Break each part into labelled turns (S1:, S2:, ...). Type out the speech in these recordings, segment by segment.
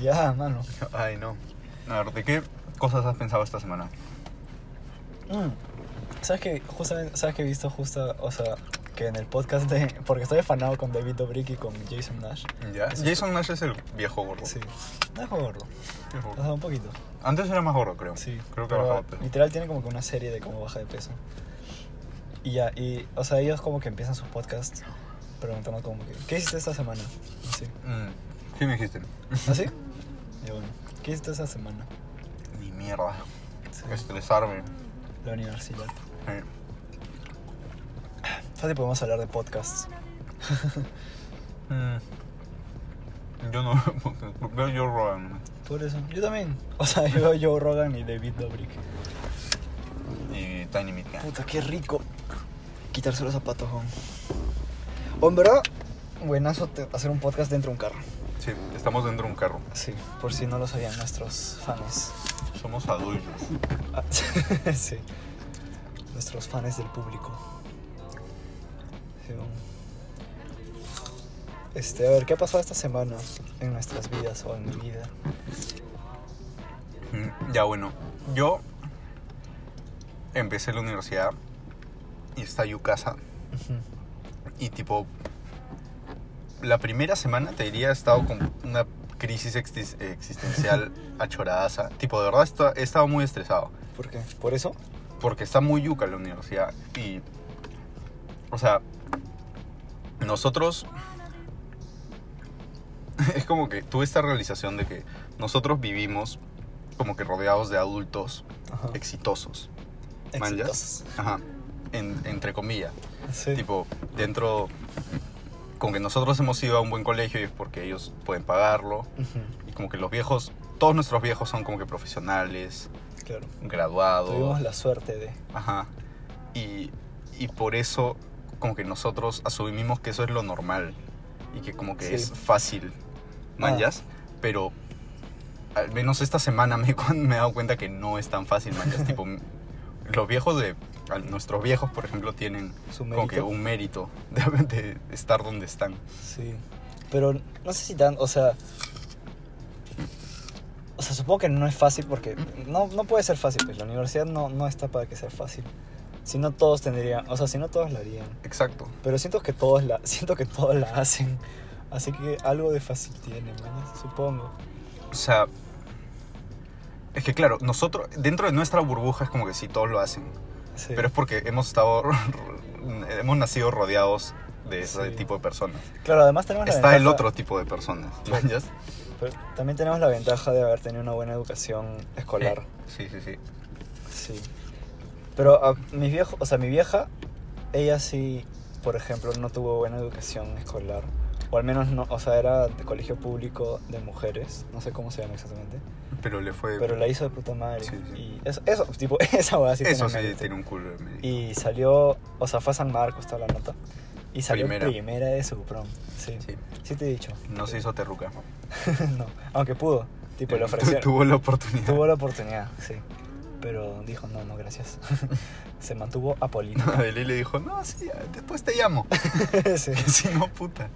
S1: Ya, mano.
S2: Ay, no. A ver, ¿de qué cosas has pensado esta semana?
S1: Mm. ¿Sabes que justamente, sabes que he visto justo, o sea, que en el podcast de, porque estoy afanado con David Dobrik y con Jason Nash.
S2: ¿Ya? Jason Nash es el viejo gordo.
S1: Sí, no es gordo,
S2: Viejo
S1: o
S2: gordo.
S1: sea, un poquito.
S2: Antes era más gordo, creo.
S1: Sí,
S2: Creo que ha
S1: pero
S2: bajado. pero-
S1: literal tiene como que una serie de cómo baja de peso. Y ya, y, o sea, ellos como que empiezan sus podcasts preguntando como que, ¿qué hiciste esta semana? Así,
S2: Mm, Sí, me dijiste.
S1: ¿así? Y bueno, ¿qué hiciste esta semana?
S2: Ni mierda.
S1: Sí,
S2: Pues Estresarme.
S1: La universidad.
S2: Eh,
S1: Fácil podemos hablar de podcasts.
S2: mm. Yo no veo yo Rogan
S1: Por eso, yo también. O sea, yo veo Joe Rogan y David Dobrik.
S2: y Tiny Meat Gang.
S1: Puta, qué rico quitarse los zapatos, hom. O en verdad, buenazo te- hacer un podcast dentro de un carro.
S2: Sí, estamos dentro de un carro.
S1: Sí, por si no lo sabían nuestros fans.
S2: Somos adultos.
S1: Ah, sí. Nuestros fans del público. Sí, hom. Este, a ver, ¿qué ha pasado esta semana en nuestras vidas o en mi vida?
S2: Mm, Ya bueno, yo empecé la universidad y está Yucasa
S1: Ujú.
S2: y tipo la primera semana te diría he estado con una crisis exis- existencial achoradaza. Tipo, de verdad esta- he estado muy estresado
S1: ¿Por qué? ¿Por eso?
S2: porque está muy yuca la universidad y o sea, nosotros es como que tuve esta realización de que nosotros vivimos como que rodeados de adultos
S1: Ajá.
S2: exitosos.
S1: Exitosos.
S2: Ajá. En- entre comillas.
S1: Sí.
S2: Tipo, dentro. Como que nosotros hemos ido a un buen colegio y es porque ellos pueden pagarlo.
S1: Ujú,
S2: Y como que los viejos. Todos nuestros viejos son como que profesionales,
S1: Claro. Tuvimos
S2: graduados.
S1: la suerte de...
S2: Ajá. Y, y por eso, como que nosotros asumimos que eso es lo normal. Y que como que
S1: Sí.
S2: es fácil.
S1: Ah.
S2: Manjas. Pero. Al menos esta semana me, me he dado cuenta que no es tan fácil, manjas. tipo, los viejos de. al- Nuestros viejos, por ejemplo, tienen
S1: Su
S2: como que
S1: mérito.
S2: un mérito de, de estar donde están.
S1: Sí. Pero no sé si tan, o sea... O sea, supongo que no es fácil porque no, no puede ser fácil, pues la universidad no, no está para que sea fácil. Si no todos tendrían, o sea, si no todos la harían.
S2: Exacto.
S1: Pero siento que todos la, siento que todos la hacen. Así que algo de fácil tiene, ¿no? supongo.
S2: O sea, es que claro, nosotros, dentro de nuestra burbuja es como que sí, todos lo hacen.
S1: Sí.
S2: Pero es porque hemos estado, hemos nacido rodeados de ese
S1: Sí.
S2: tipo de personas.
S1: claro, además tenemos la
S2: Está el
S1: ventaja-
S2: otro tipo de personas.
S1: Claro.
S2: ¿manjas?
S1: pero también tenemos la ventaja de haber tenido una buena educación escolar.
S2: Sí, sí, sí.
S1: Sí. Pero a mis viejos, o sea, mi vieja, ella sí, por ejemplo, no tuvo buena educación escolar. O al menos no, o sea, era de colegio público de mujeres, no sé cómo se llama exactamente.
S2: Pero le fue.
S1: Pero la hizo de puta madre.
S2: Sí, sí.
S1: Y eso, eso, tipo, esa weá sí tiene
S2: eso sí,
S1: mérito.
S2: tiene un culo de mérito.
S1: Y salió, o sea, fue a San Marcos toda la nota. Y salió
S2: Primera.
S1: primera, de su prom. Sí. sí.
S2: Sí.
S1: te he dicho.
S2: No se hizo terruca. Eh,
S1: no, aunque pudo. Tipo, le
S2: Tu-
S1: pues ofrecieron.
S2: Tuvo la oportunidad.
S1: Tuvo la oportunidad, sí. Pero dijo, no, no, gracias. Se mantuvo apolítico.
S2: Adele le dijo, no, sí, después te llamo.
S1: sí.
S2: Que si no, puta.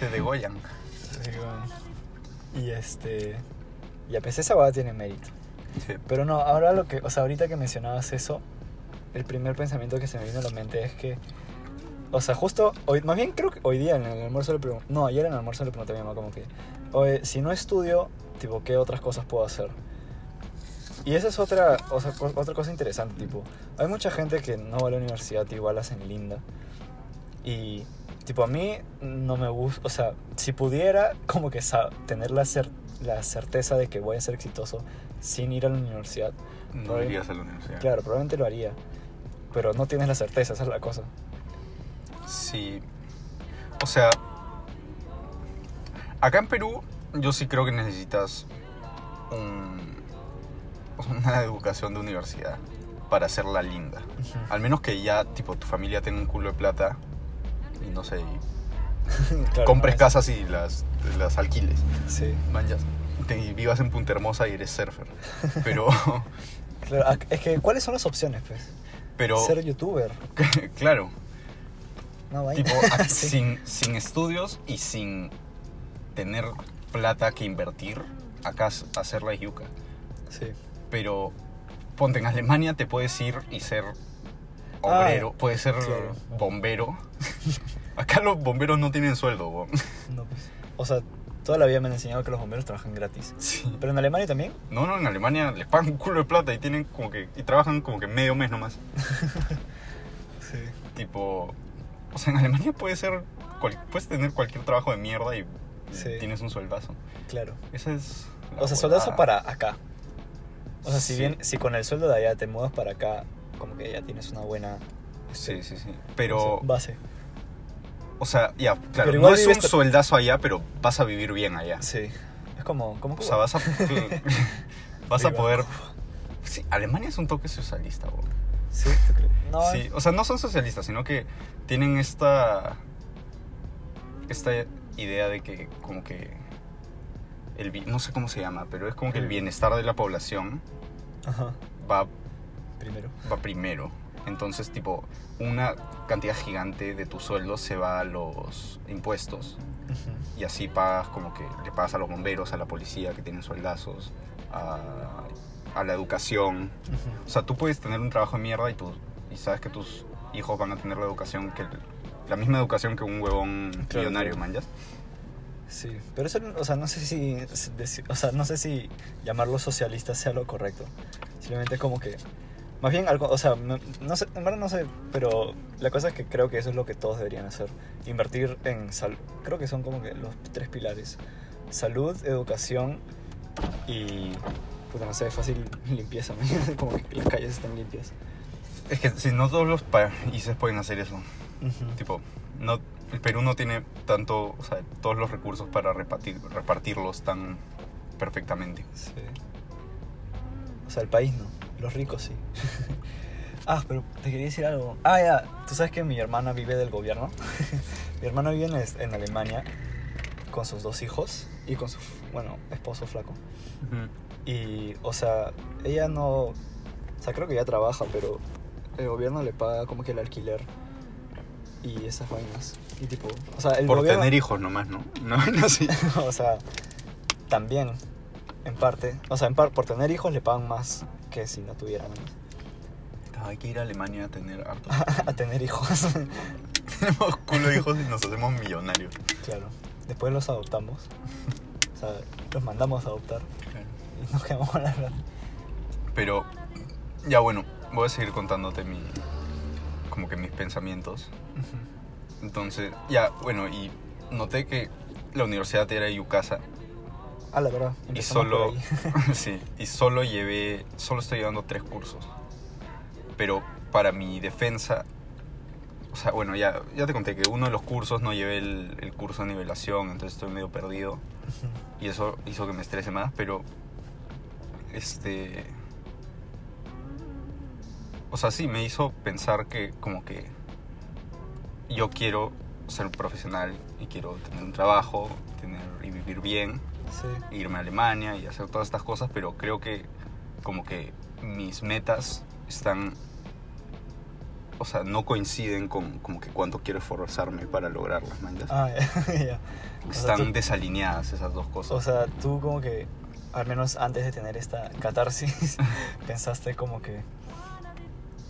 S2: Te degollan.
S1: Sí, bueno. Y este... Y a pesar esa boda tiene mérito.
S2: Sí.
S1: Pero no, ahora lo que... O sea, ahorita que mencionabas eso, el primer pensamiento que se me vino a la mente es que... O sea, justo hoy, más bien creo que hoy día en el almuerzo le pregunté, no, ayer en el almuerzo le pregunté a mi mamá como que, oye, si no estudio, tipo, ¿qué otras cosas puedo hacer? Y esa es otra, o sea, co- otra cosa interesante, tipo, hay mucha gente que no va a la universidad, igual hacen linda. Y, tipo, a mí no me gusta, o sea, si pudiera como que sa- tener la, cer- la certeza de que voy a ser exitoso sin ir a la universidad,
S2: No
S1: Todavía-
S2: irías a la universidad.
S1: claro, probablemente lo haría. Pero no tienes la certeza, esa es la cosa.
S2: Sí. O sea, acá en Perú yo sí creo que necesitas un- una educación de universidad para hacerla linda. Al menos que ya, tipo, tu familia tenga un culo de plata y no sé, y
S1: Claro,
S2: compres
S1: no es-
S2: casas y las, las alquiles.
S1: Sí.
S2: Manjas. Te- Y vivas en Punta Hermosa y eres surfer. Pero,
S1: Claro, ac- es que, ¿cuáles son las opciones, pues?
S2: pero,
S1: Ser youtuber.
S2: claro.
S1: No, vaina.
S2: Tipo, a-
S1: Sí.
S2: sin, sin estudios y sin tener plata que invertir, acá s- hacerla es yuca.
S1: Sí.
S2: Pero ponte en Alemania, te puedes ir y ser obrero, puedes ser
S1: claro.
S2: bombero. acá los bomberos no tienen sueldo, weón.
S1: No, pues. O sea, toda la vida me han enseñado que los bomberos trabajan gratis.
S2: Sí.
S1: Pero en Alemania también.
S2: No, no, en Alemania les pagan un culo de plata y tienen como que y trabajan como que medio mes nomás.
S1: Sí.
S2: Tipo, o sea, en Alemania puedes ser cual- puedes tener cualquier trabajo de mierda y
S1: Sí.
S2: tienes un sueldazo.
S1: Claro.
S2: Esa es la
S1: O sea, soldazo
S2: huevada.
S1: para acá. O sea, si
S2: Sí.
S1: bien, si con el sueldo de allá te mudas para acá, como que ya tienes una buena
S2: Sí, sí, sí.
S1: no
S2: Pero
S1: sé, base.
S2: o sea, ya, claro,
S1: Pero igual
S2: no es
S1: vives
S2: un
S1: ta-
S2: sueldazo allá, pero vas a vivir bien allá.
S1: Sí. Es como, como
S2: O sea, vas a vas a
S1: Viva
S2: poder Sí, Alemania es un toque socialista, bro.
S1: Sí, ¿tú crees? No,
S2: Sí, o sea, no son socialistas, sino que tienen esta esta idea de que como que el bi- no sé cómo se llama, pero es como que el
S1: Mm.
S2: bienestar de la población
S1: Ajá.
S2: va
S1: Primero.
S2: va primero. Entonces, tipo, una cantidad gigante de tu sueldo se va a los impuestos
S1: Ujú.
S2: y así pagas como que le pagas a los bomberos, a la policía que tienen sueldazos, a, a la educación.
S1: Ujú.
S2: O sea, tú puedes tener un trabajo de mierda y, tú, y sabes que tus hijos van a tener la educación que... La misma educación que un huevón
S1: Claro,
S2: millonario,
S1: claro.
S2: manjas.
S1: Sí. Pero eso, o sea, no sé si, deci- o sea, no sé si llamarlo socialista sea lo correcto. Simplemente como que, más bien, algo, o sea, no no sé, en verdad no sé, pero la cosa es que creo que eso es lo que todos deberían hacer. Invertir en salud. Creo que son como que los tres pilares. Salud, educación y... Puta, no sé, fácil limpieza. ¿no? como que las calles están limpias.
S2: Es que si no todos los países pueden hacer eso.
S1: Ujú.
S2: Tipo, no, el Perú no tiene tanto, o sea, todos los recursos para repartir, repartirlos tan perfectamente.
S1: Sí. O sea, el país no. Los ricos sí. ah, pero te quería decir algo. Ah, ya. Tú sabes que mi hermana vive del gobierno. mi hermana vive en, es- en Alemania con sus dos hijos y con su, f- bueno, esposo flaco. Y, o sea, ella no... O sea, creo que ya trabaja, pero el gobierno le paga como que el alquiler y esas vainas. Y tipo, o sea, el
S2: Por
S1: gobierno...
S2: tener hijos nomás, ¿no? No, no, sí.
S1: o sea, también, en parte. O sea, en par- por tener hijos le pagan más que si no tuvieran
S2: Hay que ir a Alemania a tener harto.
S1: a tener hijos.
S2: Tenemos culo de hijos y nos hacemos millonarios.
S1: claro. Después los adoptamos. O sea, los mandamos a adoptar y nos quedamos con la plata.
S2: Pero, ya bueno, voy a seguir contándote mi, como que mis pensamientos. Entonces, ya, bueno, y noté que la universidad era Yucasa.
S1: Ah, la verdad.
S2: Y
S1: empezamos por
S2: solo,
S1: ahí.
S2: sí, y solo llevé, solo estoy llevando tres cursos. Pero para mi defensa, o sea, bueno, ya, ya te conté que uno de los cursos no llevé el, el curso de nivelación, entonces estoy medio perdido.
S1: Ujú.
S2: Y eso hizo que me estrese más, pero, este... O sea, sí, me hizo pensar que como que yo quiero ser profesional y quiero tener un trabajo, tener y vivir bien
S1: Sí.
S2: irme a Alemania y hacer todas estas cosas, pero creo que como que mis metas están, o sea, no coinciden con como que cuánto quiero esforzarme para lograrlas, ¿me entiendes?
S1: Ah, ya. ya. o sea,
S2: están
S1: tú-
S2: desalineadas esas dos
S1: O
S2: cosas.
S1: sea, tú como que, al menos antes de tener esta catarsis, pensaste como que,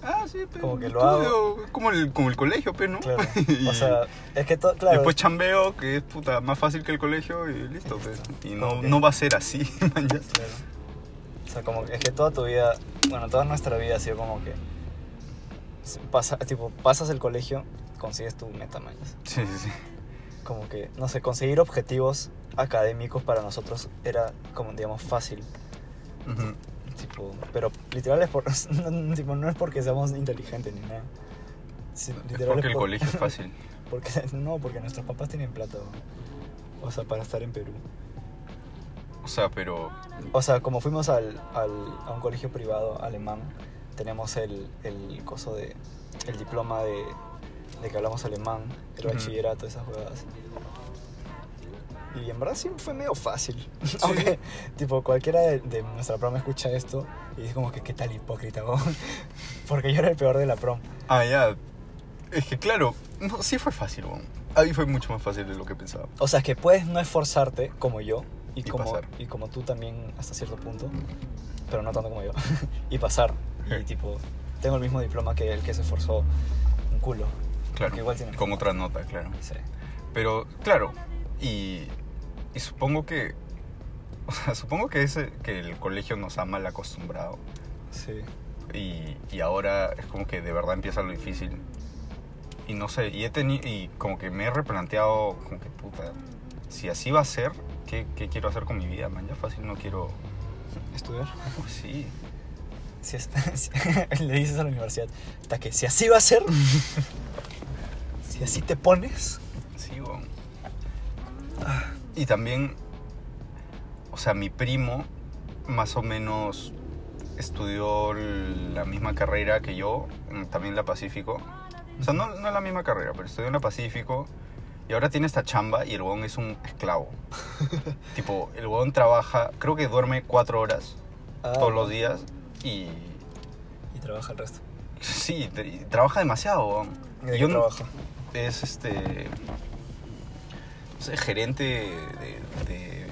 S2: ah, sí, pero
S1: como que lo
S2: como el, como el colegio, pero ¿no?
S1: claro.
S2: Y
S1: O sea, es que todo, claro.
S2: Después chambeo, que es puta, más fácil que el colegio y listo. pues. Y no,
S1: Ok.
S2: no va a ser así, man, ya.
S1: Claro. O sea, como que es que toda tu vida, bueno, toda nuestra vida ha sido como que s- pasa, tipo, pasas el colegio, consigues tu meta, mañas.
S2: Sí, sí, sí.
S1: Como que, no sé, conseguir objetivos académicos para nosotros era como, digamos, fácil.
S2: Ujú.
S1: Tipo, pero literal es por, no, no, tipo, no es porque seamos inteligentes ni nada. Sí,
S2: Es
S1: literal
S2: porque el
S1: por-
S2: colegio es fácil.
S1: porque, no, porque nuestros papás tienen plata, o- o sea, para estar en Perú.
S2: O sea, pero
S1: O sea, como fuimos al, al- a un colegio privado alemán, tenemos el, el coso de. el diploma de, de que hablamos alemán, el
S2: Ujú.
S1: bachillerato, esas jugadas. Y en verdad sí fue medio fácil. Aunque, tipo, cualquiera de, de nuestra prom escucha esto y es como que qué tal hipócrita, weón. Porque yo era el peor de la prom.
S2: Ah, ya. Es que claro, no, sí fue fácil, weón. A mí fue mucho más fácil de lo que pensaba.
S1: O sea, es que puedes no esforzarte como yo y,
S2: Y
S1: como,
S2: pasar.
S1: y como tú también hasta cierto punto, pero no tanto como yo, y pasar. Y
S2: Sí.
S1: tipo, tengo el mismo diploma que el que se esforzó un culo.
S2: Claro.
S1: Porque igual tiene-
S2: Con otra nota, claro.
S1: Sí.
S2: Pero, claro, y, y supongo que. O sea, supongo que, ese, que el colegio nos ha mal acostumbrado.
S1: Sí.
S2: Y, y ahora es como que de verdad empieza lo difícil. Y no sé, y he tenido. Y como que me he replanteado, como que puta. Si así va a ser, ¿qué, qué quiero hacer con mi vida, man? Ya fácil no quiero.
S1: ¿Estudiar?
S2: Pues sí.
S1: Si es- si- le dices a la universidad, hasta que si así va a ser, si así te pones,
S2: Sí, weón. Y también, o sea, mi primo más o menos estudió la misma carrera que yo, en- también la Pacífico. O sea, no, no la misma carrera, pero estudió en la Pacífico y ahora tiene esta chamba y el weón es un esclavo. tipo, el weón trabaja, creo que duerme cuatro horas
S1: ah,
S2: todos los días y...
S1: y trabaja el resto.
S2: Sí, te- y trabaja demasiado, weón.
S1: ¿De
S2: Yo
S1: qué
S2: no-
S1: trabajo?
S2: es este no sé, gerente de, de,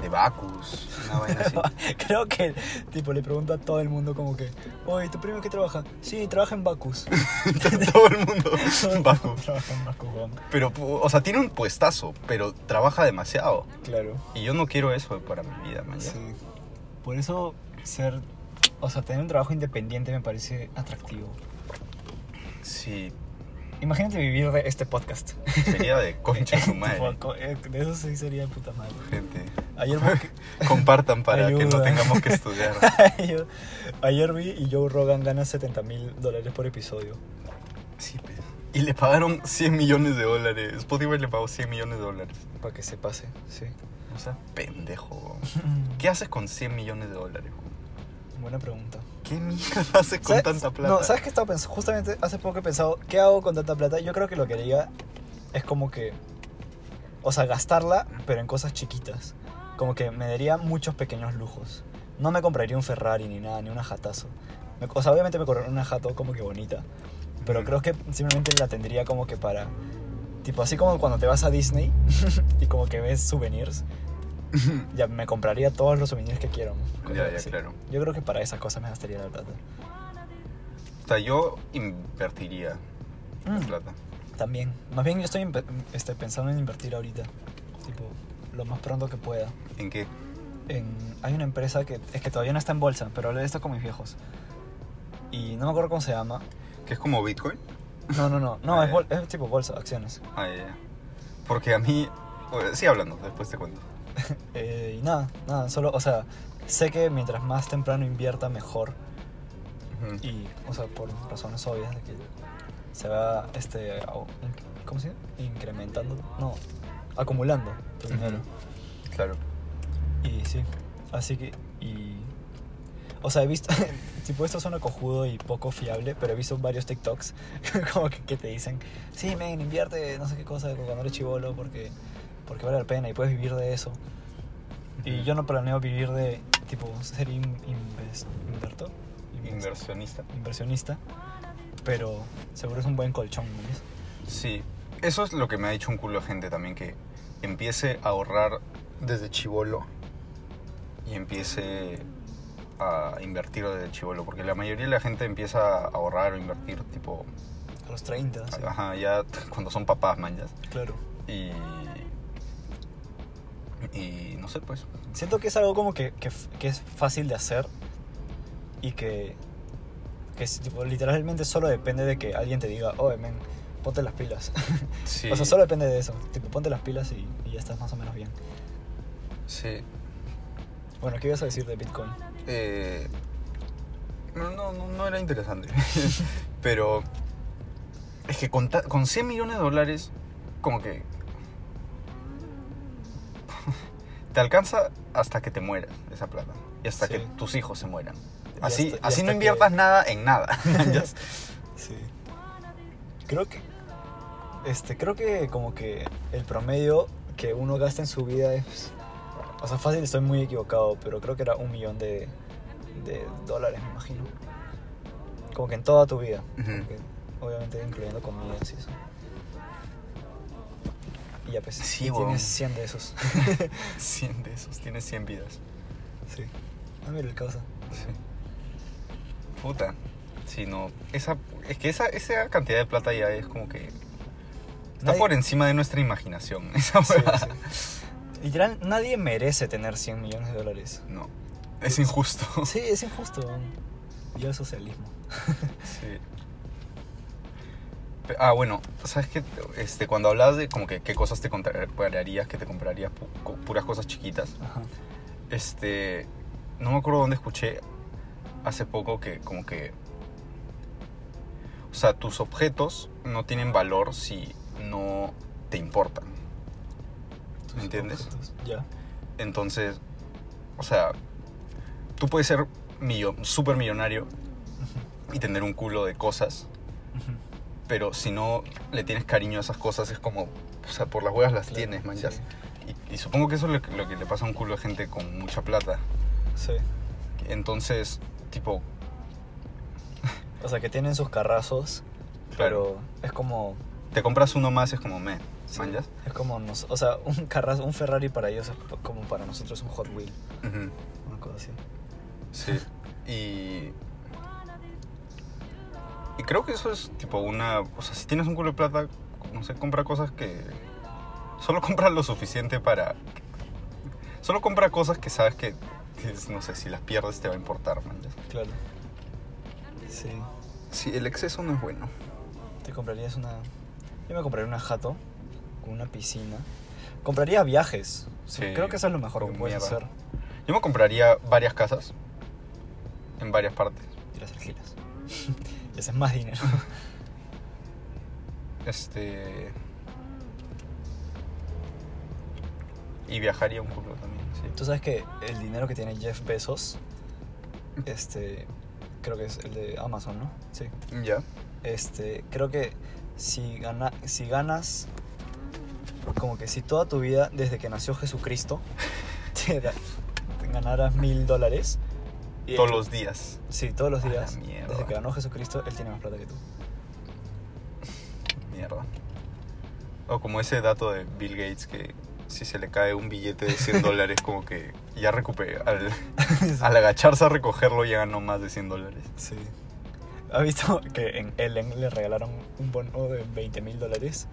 S2: de Bacus, una vaina así.
S1: Creo que tipo le pregunta a todo el mundo como que, oye, ¿tu primo qué trabaja? Sí, trabaja en Bacus.
S2: Todo el mundo
S1: Todo el mundo
S2: Bacus.
S1: trabaja en Bacus, weón.
S2: Pero, o sea, tiene un puestazo, pero trabaja demasiado.
S1: Claro.
S2: Y yo no quiero eso para mi vida, man. ya.
S1: Sí. Por eso ser, o sea, tener un trabajo independiente me parece atractivo.
S2: Sí,
S1: Imagínate vivir de este podcast.
S2: sería de concha su madre.
S1: Tipo, co- eh, de eso sí sería puta madre.
S2: Gente,
S1: Ayer busqué-
S2: compartan para que no
S1: Ayuda.
S2: tengamos que estudiar.
S1: Yo- ayer vi y Joe Rogan gana 70 mil dólares por episodio.
S2: Sí, pues. Y le pagaron 100 millones de dólares. Spotify le pagó 100 millones de dólares.
S1: Para que se pase, sí.
S2: O sea, pendejo. ¿Qué haces con 100 millones de dólares? güey?
S1: Buena pregunta.
S2: ¿Qué mierda haces con
S1: ¿Sabes-
S2: tanta plata?
S1: No, ¿sabes qué estaba pensando? Justamente hace poco he pensado, ¿qué hago con tanta plata? Yo creo que lo que haría es como que, o sea, gastarla, pero en cosas chiquitas. Como que me daría muchos pequeños lujos. No me compraría un Ferrari ni nada, ni una jatazo. Me- o sea, obviamente me compraría una jato como que bonita. Pero
S2: Ujú.
S1: creo que simplemente la tendría como que para... Tipo, así como cuando te vas a Disney y como que ves souvenirs, ya me compraría todos los souvenirs que quiero. cosas
S2: ya, ya,
S1: así.
S2: claro.
S1: Yo creo que para esas cosas me gastaría la plata.
S2: O sea, yo invertiría la
S1: Mm.
S2: plata.
S1: También. Más bien yo estoy inve- este, pensando en invertir ahorita. Tipo, lo más pronto que pueda.
S2: ¿En qué?
S1: En, hay una empresa que es que todavía no está en bolsa, pero hablé de esto con mis viejos. Y no me acuerdo cómo se llama.
S2: ¿Que es como Bitcoin?
S1: No, no, no. No,
S2: Ah,
S1: es,
S2: ya.
S1: bol- es tipo bolsa, acciones.
S2: Ah, ya, ya. Porque a mí... bueno, sigue hablando, después te cuento.
S1: Eh, y nada, nada. Solo, o sea, sé que mientras más temprano invierta, mejor.
S2: Ujú.
S1: Y, o sea, por razones obvias de que se va, este, au- ¿cómo se dice? Incrementando. No, acumulando tu
S2: Ujú.
S1: dinero.
S2: Claro.
S1: Y sí, así que, y... O sea, he visto, tipo, esto suena cojudo y poco fiable, pero he visto varios TikToks como que, que te dicen, sí, men, invierte no sé qué cosa cuando eres chivolo porque, porque vale la pena y puedes vivir de eso. Y
S2: Ujú.
S1: yo no planeo vivir de, tipo, ser in, inves- inverto, inves-
S2: Inversionista.
S1: inversionista, pero seguro es un buen colchón, ¿no ves?
S2: Sí. Eso es lo que me ha dicho un culo de gente también, que empiece a ahorrar desde chivolo y empiece a invertir desde chivolo. Porque la mayoría de la gente empieza a ahorrar o invertir, tipo...
S1: A los 30, sí,
S2: Ajá, ya cuando son papás, manjas.
S1: claro.
S2: Y. Y no sé, pues.
S1: Siento que es algo como que, que f- que es fácil de hacer y que, que es, tipo, literalmente solo depende de que alguien te diga, oye, men, ponte las pilas.
S2: Sí.
S1: O sea, solo depende de eso. Tipo, ponte las pilas y, y ya estás más o menos bien.
S2: Sí.
S1: Bueno, ¿qué ibas a decir de Bitcoin?
S2: Eh, no, no, no- no era interesante. Pero. Es que con, ta- con 100 millones de dólares, como que. Te alcanza hasta que te mueras esa plata. Y hasta
S1: Sí.
S2: que tus hijos se mueran.
S1: Y
S2: Así,
S1: hasta- y
S2: así no
S1: hasta que-
S2: inviertas nada en nada. Ya sé.
S1: Sí. Creo que. Este, creo que como que el promedio que uno gasta en su vida es. O sea, fácil, estoy muy equivocado, pero creo que era un millón de, de dólares, me imagino. Como que en toda tu vida.
S2: Ujú.
S1: Como que, obviamente incluyendo comidas y eso. Y ya pues.
S2: Sí,
S1: y
S2: weón.
S1: Tienes 100 de esos.
S2: 100 de esos, tienes 100 vidas.
S1: sí. Ah, mira el causa.
S2: Sí. Puta. Sí, no. Esa, es que esa, esa cantidad de plata ya es como que. Está
S1: Nadie-
S2: por encima de nuestra imaginación. Esa
S1: Sí,
S2: huevada.
S1: sí. Literal, nadie merece tener 100 millones de dólares.
S2: No. Es injusto.
S1: Sí, es injusto. weón. Viva el socialismo.
S2: Sí. Pe- Ah, bueno, ¿sabes qué? Este, cuando hablabas de como que qué cosas te comprarías, que te comprarías pu- co- puras cosas chiquitas,
S1: Ajá.
S2: este, no me acuerdo dónde escuché hace poco que como que, o sea, tus objetos no tienen valor si no te importan.
S1: Tus
S2: ¿Entiendes?
S1: objetos. Ya.
S2: Entonces, o sea, tú puedes ser millo- súper millonario y tener un culo de cosas,
S1: Ujú.
S2: pero si no le tienes cariño a esas cosas es como, o sea, por las huevas las
S1: Claro,
S2: tienes, man. ya.
S1: sí.
S2: Y, y supongo que eso es lo que, lo que le pasa a un culo de gente con mucha plata.
S1: Sí.
S2: Entonces, tipo,
S1: O sea, que tienen sus carrazos,
S2: claro,
S1: pero es como...
S2: te compras uno más es como me, man. ya.
S1: Es como, nos, o sea, un carrazo, un Ferrari para ellos es p- como para nosotros un Hot Wheel,
S2: Ujú,
S1: una cosa así.
S2: Sí. y... Y creo que eso es tipo una... O sea, si tienes un culo de plata, no sé, compra cosas que... Solo compra lo suficiente para... Solo compra cosas que sabes que, que es- no sé, si las pierdes te va a importar, man. ya.
S1: Claro. Sí.
S2: Sí, el exceso no es bueno.
S1: Te comprarías una... Yo me compraría una jato con una piscina. Compraría viajes. Sí,
S2: Sí,
S1: Creo que eso es lo mejor que
S2: con
S1: puedes
S2: mierda.
S1: hacer.
S2: Yo me compraría varias casas en varias partes.
S1: Y las alquilas. y haces más dinero.
S2: Este. Y viajaría un culo también, sí.
S1: Tú sabes que el dinero que tiene Jeff Bezos, este, creo que es el de Amazon, ¿no? Sí.
S2: Ya.
S1: Este, creo que si, gana, si ganas, como que si toda tu vida, desde que nació Jesucristo, te, da- te ganaras mil dólares. y
S2: Todos
S1: él-
S2: los días.
S1: Sí, todos los
S2: A la
S1: días.
S2: mierda.
S1: Desde que ganó Jesucristo, él tiene más plata que tú.
S2: Mierda. O como ese dato de Bill Gates que si se le cae un billete de 100 dólares, como que ya recupera. Al, al agacharse a recogerlo, ya ganó más de 100 dólares.
S1: Sí. ¿Has visto que en Ellen le regalaron un bono de 20 mil dólares?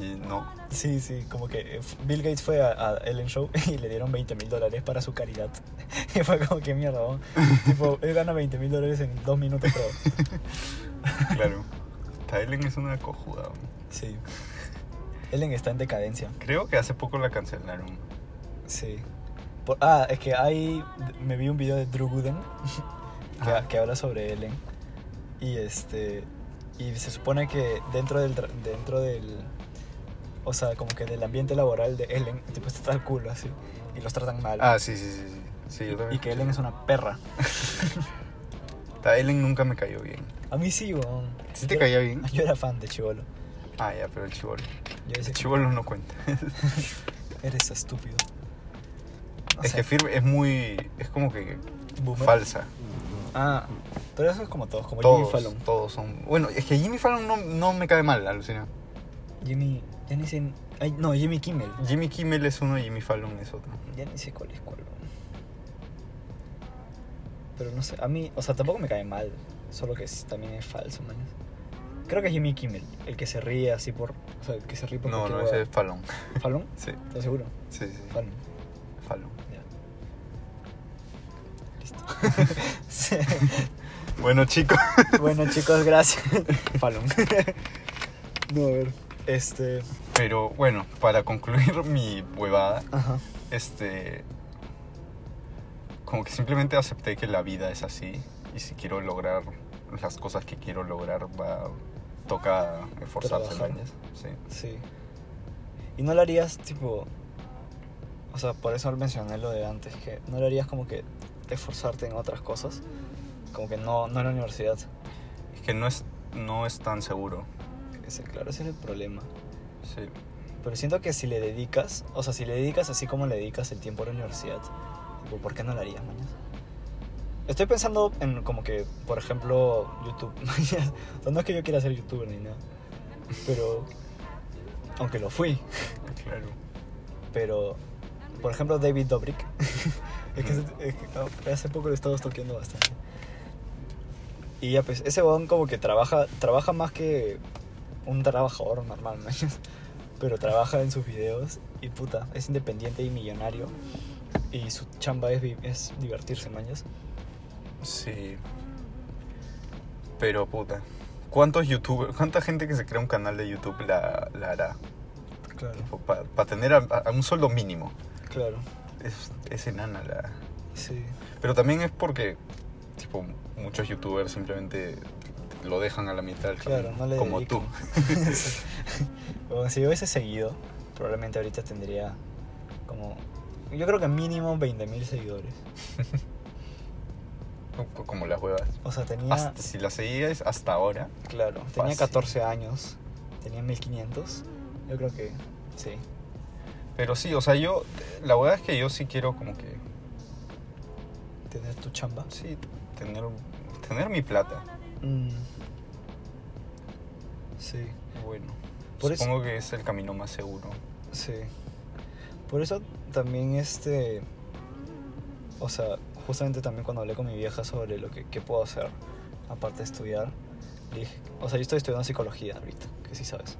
S2: Y no.
S1: Sí, sí, como que eh, Bill Gates fue a, a Ellen Show y le dieron 20 mil dólares para su caridad. Y fue como que mierda, ¿no? Tipo, él gana 20 mil dólares en dos minutos, pero.
S2: Claro. Tylen es una cojuda. man.
S1: Sí. Ellen está en decadencia.
S2: Creo que hace poco la cancelaron.
S1: Sí. Por- ah, es que hay. Me vi un video de Drew Gooden que,
S2: Ah.
S1: que habla sobre Ellen. Y este. Y se supone que dentro del. tra- Dentro del o sea, como que del ambiente laboral de Ellen, el tipo está al culo así. Y los tratan mal.
S2: Ah, sí, sí, sí. sí. Sí, yo
S1: y
S2: también
S1: que
S2: escuché.
S1: Ellen es una perra.
S2: Tylen nunca me cayó bien.
S1: A mí sí, weón.
S2: ¿Sí te
S1: Yo-
S2: caía bien?
S1: Yo era fan de Chivolo.
S2: Ah, ya, pero el chivolo.
S1: Yo decía,
S2: El chivolo no cuenta.
S1: eres estúpido. No
S2: es
S1: sé,
S2: que Firme es muy. Es como que
S1: boomer.
S2: falsa.
S1: Ah, pero eso es como todos, como
S2: Todos,
S1: Jimmy Fallon.
S2: todos son. Bueno, es que Jimmy Fallon no, no me cae mal, alucina.
S1: Jimmy, ya ni sé. ay, no, Jimmy Kimmel.
S2: Jimmy Kimmel es uno y Jimmy Fallon es otro.
S1: Ya ni sé cuál es cuál. weón. Pero no sé, a mí, o sea, tampoco me cae mal. Solo que es- también es falso, man. Creo que es Jimmy Kimmel, el que se ríe así por. O sea, el que se ríe por.
S2: No,
S1: cualquier
S2: no, ese
S1: hueá.
S2: es Fallon.
S1: ¿Fallon?
S2: Sí,
S1: ¿Estás seguro?
S2: sí, sí.
S1: Fallon.
S2: Fallon.
S1: Ya. Listo.
S2: Bueno, chicos.
S1: Bueno, chicos, gracias. Fallon. No, a ver. Este.
S2: Pero bueno, para concluir mi huevada,
S1: Ajá.
S2: este. Como que simplemente acepté que la vida es así. Y si quiero lograr las cosas que quiero lograr, va. Toca esforzarse,
S1: Trabajar.
S2: ¿no? Sí.
S1: Sí. Y no lo harías, tipo. O sea, por eso mencioné lo de antes, que no lo harías como que esforzarte en otras cosas. Como que no, no en la universidad.
S2: Es que no es, no es tan seguro.
S1: Ese, claro, ese es el problema.
S2: Sí.
S1: Pero siento que si le dedicas, o sea, si le dedicas así como le dedicas el tiempo a la universidad, tipo, ¿por qué no lo harías, mañas? Estoy pensando en como que, por ejemplo, YouTube. mañas. o sea, no es que yo quiera ser youtuber ni nada, pero aunque lo fui.
S2: Claro.
S1: Pero, por ejemplo, David Dobrik. es que, es que hace poco lo he estado toqueando bastante. Y ya, pues, ese bodón como que trabaja, trabaja más que un trabajador normal, ¿no? Pero trabaja en sus videos y puta, es independiente y millonario. Y su chamba es, vi- es divertirse, mañas.
S2: Sí. Pero puta. ¿Cuántos youtubers, cuánta gente que se crea un canal de YouTube la, la hará?
S1: Claro,
S2: Para tener a, a un sueldo mínimo.
S1: claro.
S2: Es, es enana la.
S1: Sí,
S2: Pero también es porque, tipo, muchos youtubers simplemente lo dejan a la mitad del
S1: Claro,
S2: camino,
S1: no le
S2: Como
S1: dedican.
S2: tú.
S1: Bueno, si yo hubiese seguido, probablemente ahorita tendría como. Yo creo que mínimo 20.000 seguidores.
S2: Co- Como las huevas.
S1: O sea, tenía.
S2: Hasta- si la seguías hasta ahora,
S1: claro, tenía
S2: fácil.
S1: 14 años, tenía 1500. Yo creo que sí.
S2: Pero sí, o sea, yo, la verdad es que yo sí quiero como que,
S1: Tener tu chamba.
S2: sí, tener, tener mi plata.
S1: Mm. Sí,
S2: Bueno,
S1: Por eso-
S2: supongo que es el camino más seguro.
S1: sí. Por eso también este. O sea, justamente también cuando hablé con mi vieja sobre lo que qué puedo hacer, aparte de estudiar, le dije. O sea, yo estoy estudiando psicología ahorita, que sí sabes.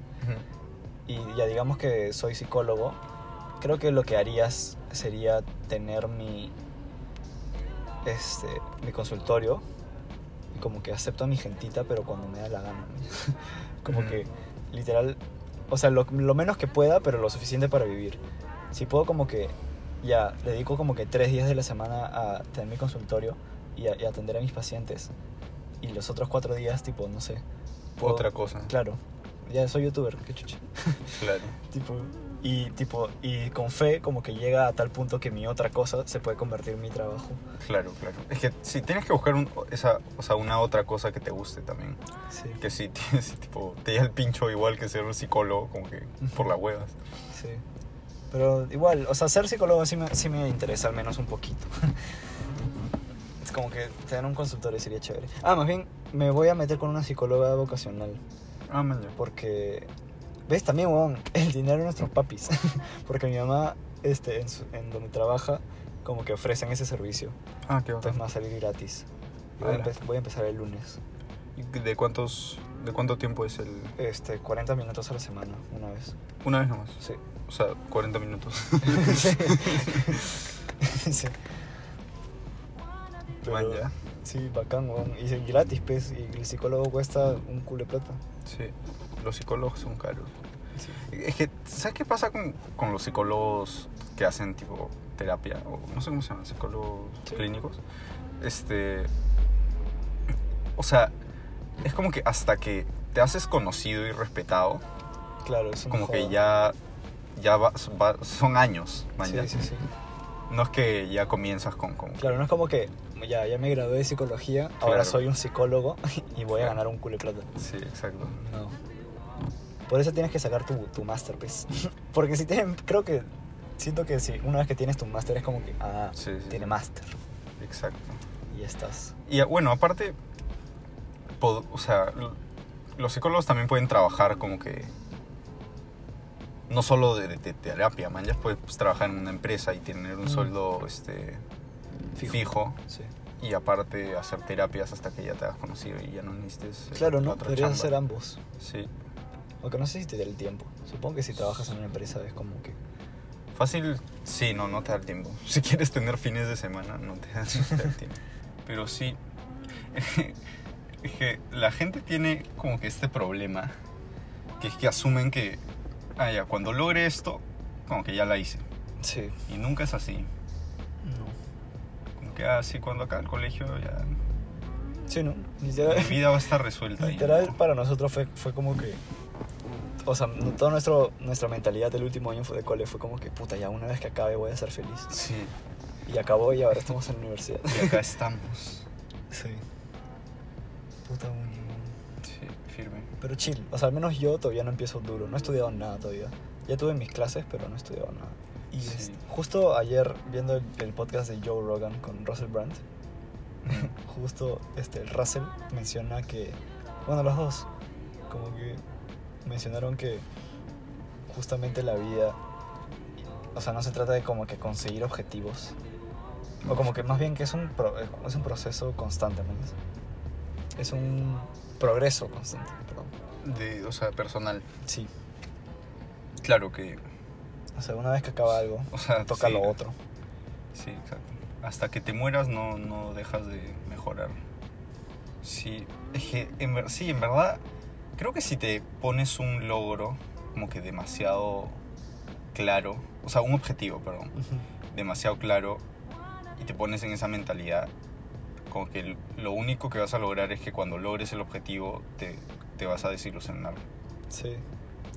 S1: y ya digamos que soy psicólogo, creo que lo que harías sería tener mi, este, mi consultorio y como que acepto a mi gentita, pero cuando me da la gana. ¿no? como
S2: Ujú.
S1: que literal, o sea, lo, lo menos que pueda, pero lo suficiente para vivir. Si puedo como que ya dedico como que tres días de la semana a tener mi consultorio y, a- y atender a mis pacientes. Y los otros cuatro días, tipo, no sé. puedo-
S2: Otra cosa.
S1: Claro. Ya soy youtuber, qué chucha.
S2: Claro.
S1: Tipo, y tipo, y con fe como que llega a tal punto que mi otra cosa se puede convertir en mi trabajo.
S2: Claro, claro. Es que si tienes que buscar un- esa, o sea, una otra cosa que te guste también.
S1: Sí,
S2: Que si tienes, tipo, te llega el pincho igual que ser un psicólogo, como que por las huevas.
S1: sí. Pero igual, o sea, ser psicólogo sí me, sí me interesa al menos un poquito. es como que tener un consultorio sería chévere. Ah, más bien, me voy a meter con una psicóloga vocacional.
S2: Ah, man, ya.
S1: Porque, ¿ves? También, huevón, el dinero de nuestros papis. porque mi mamá, este, en, su- en donde trabaja, como que ofrecen ese servicio.
S2: Ah, qué
S1: Entonces
S2: bacán.
S1: me va a salir gratis. Y Voy a,
S2: Ala.
S1: empe- voy a empezar el lunes.
S2: ¿Y ¿De cuántos, de cuánto tiempo es el...?
S1: Este, 40 minutos a la semana, una vez.
S2: Una vez nomás.
S1: Sí.
S2: O sea, 40 minutos.
S1: sí. Pero-
S2: Man, ya.
S1: Sí, bacán, weón. Y es gratis, pues. Y el psicólogo cuesta un culo de plata.
S2: Sí. Los psicólogos son caros.
S1: Sí.
S2: Es que, ¿sabes qué pasa con, con los psicólogos que hacen tipo terapia? O no sé cómo se llaman, psicólogos
S1: Sí.
S2: clínicos. Este. O sea, es como que hasta que te haces conocido y respetado,
S1: Claro, es una
S2: como que
S1: joda.
S2: ya. Ya va- va- son años, man,
S1: Sí,
S2: ya.
S1: sí, sí.
S2: No es que ya comienzas con. con-
S1: Claro, no es como que ya, ya me gradué de psicología, ahora
S2: Claro.
S1: soy un psicólogo y voy a
S2: Claro.
S1: ganar un culo de plata.
S2: Sí, exacto.
S1: No. Por eso tienes que sacar tu, tu máster, pues. Porque si tienen, creo que, siento que si una vez que tienes tu máster es como que, ah,
S2: Sí, sí,
S1: tiene máster.
S2: Exacto.
S1: Y ya estás.
S2: Y bueno, aparte, pod- o sea, l- los psicólogos también pueden trabajar como que. No solo de, de terapia, man, ya puedes pues, trabajar en una empresa y tener un
S1: Mm.
S2: sueldo este, fijo.
S1: Sí.
S2: y aparte hacer terapias hasta que ya te has conocido y ya no necesites. eh,
S1: Claro, ¿no?
S2: otra
S1: Podrías hacer
S2: chamba.
S1: ambos.
S2: Sí.
S1: Aunque no sé si te da el tiempo. Supongo que si trabajas en una empresa es como que...
S2: Fácil, sí, no, no te da el tiempo. Si quieres tener fines de semana, no te da no te da el tiempo. Pero sí, es que la gente tiene como que este problema, que es que asumen que, ah, ya, cuando logre esto, como que ya la hice.
S1: Sí.
S2: Y nunca es así.
S1: No.
S2: Como que, ah, sí, cuando acá el colegio, ya,
S1: Sí, ¿no?
S2: mi
S1: Literal,
S2: vida va a estar resuelta. ahí,
S1: literal
S2: ¿no?
S1: para nosotros fue, fue como que... O sea, no- toda nuestro, nuestra mentalidad del último año fue de cole fue como que, puta, ya una vez que acabe voy a ser feliz.
S2: Sí,
S1: Y acabó y ahora estamos en la universidad.
S2: y acá estamos.
S1: Sí. Puta uni, man.
S2: Sí, firme.
S1: Pero chill, o sea, al menos yo todavía no empiezo duro, no he estudiado nada todavía. Ya tuve mis clases, pero no he estudiado nada. Y
S2: Sí.
S1: este, justo ayer, viendo el, el podcast de Joe Rogan con Russell Brand, justo este, el Russell menciona que, bueno, los dos, como que mencionaron que justamente la vida, o sea, no se trata de como que conseguir objetivos. O como que más bien que es un, pro- es un proceso constante, ¿me entiendes? Es un progreso constante, perdón.
S2: De, o sea, personal.
S1: Sí.
S2: Claro que.
S1: O sea, una vez que acaba algo,
S2: O sea,
S1: toca
S2: sí,
S1: lo otro.
S2: Sí, exacto. Hasta que te mueras no, no dejas de mejorar. Sí, es que en, ver- sí, en verdad, creo que si te pones un logro como que demasiado claro, o sea, un objetivo, perdón, demasiado claro y te pones en esa mentalidad, como que l- lo único que vas a lograr es que cuando logres el objetivo te, te vas a desilusionar.
S1: Sí.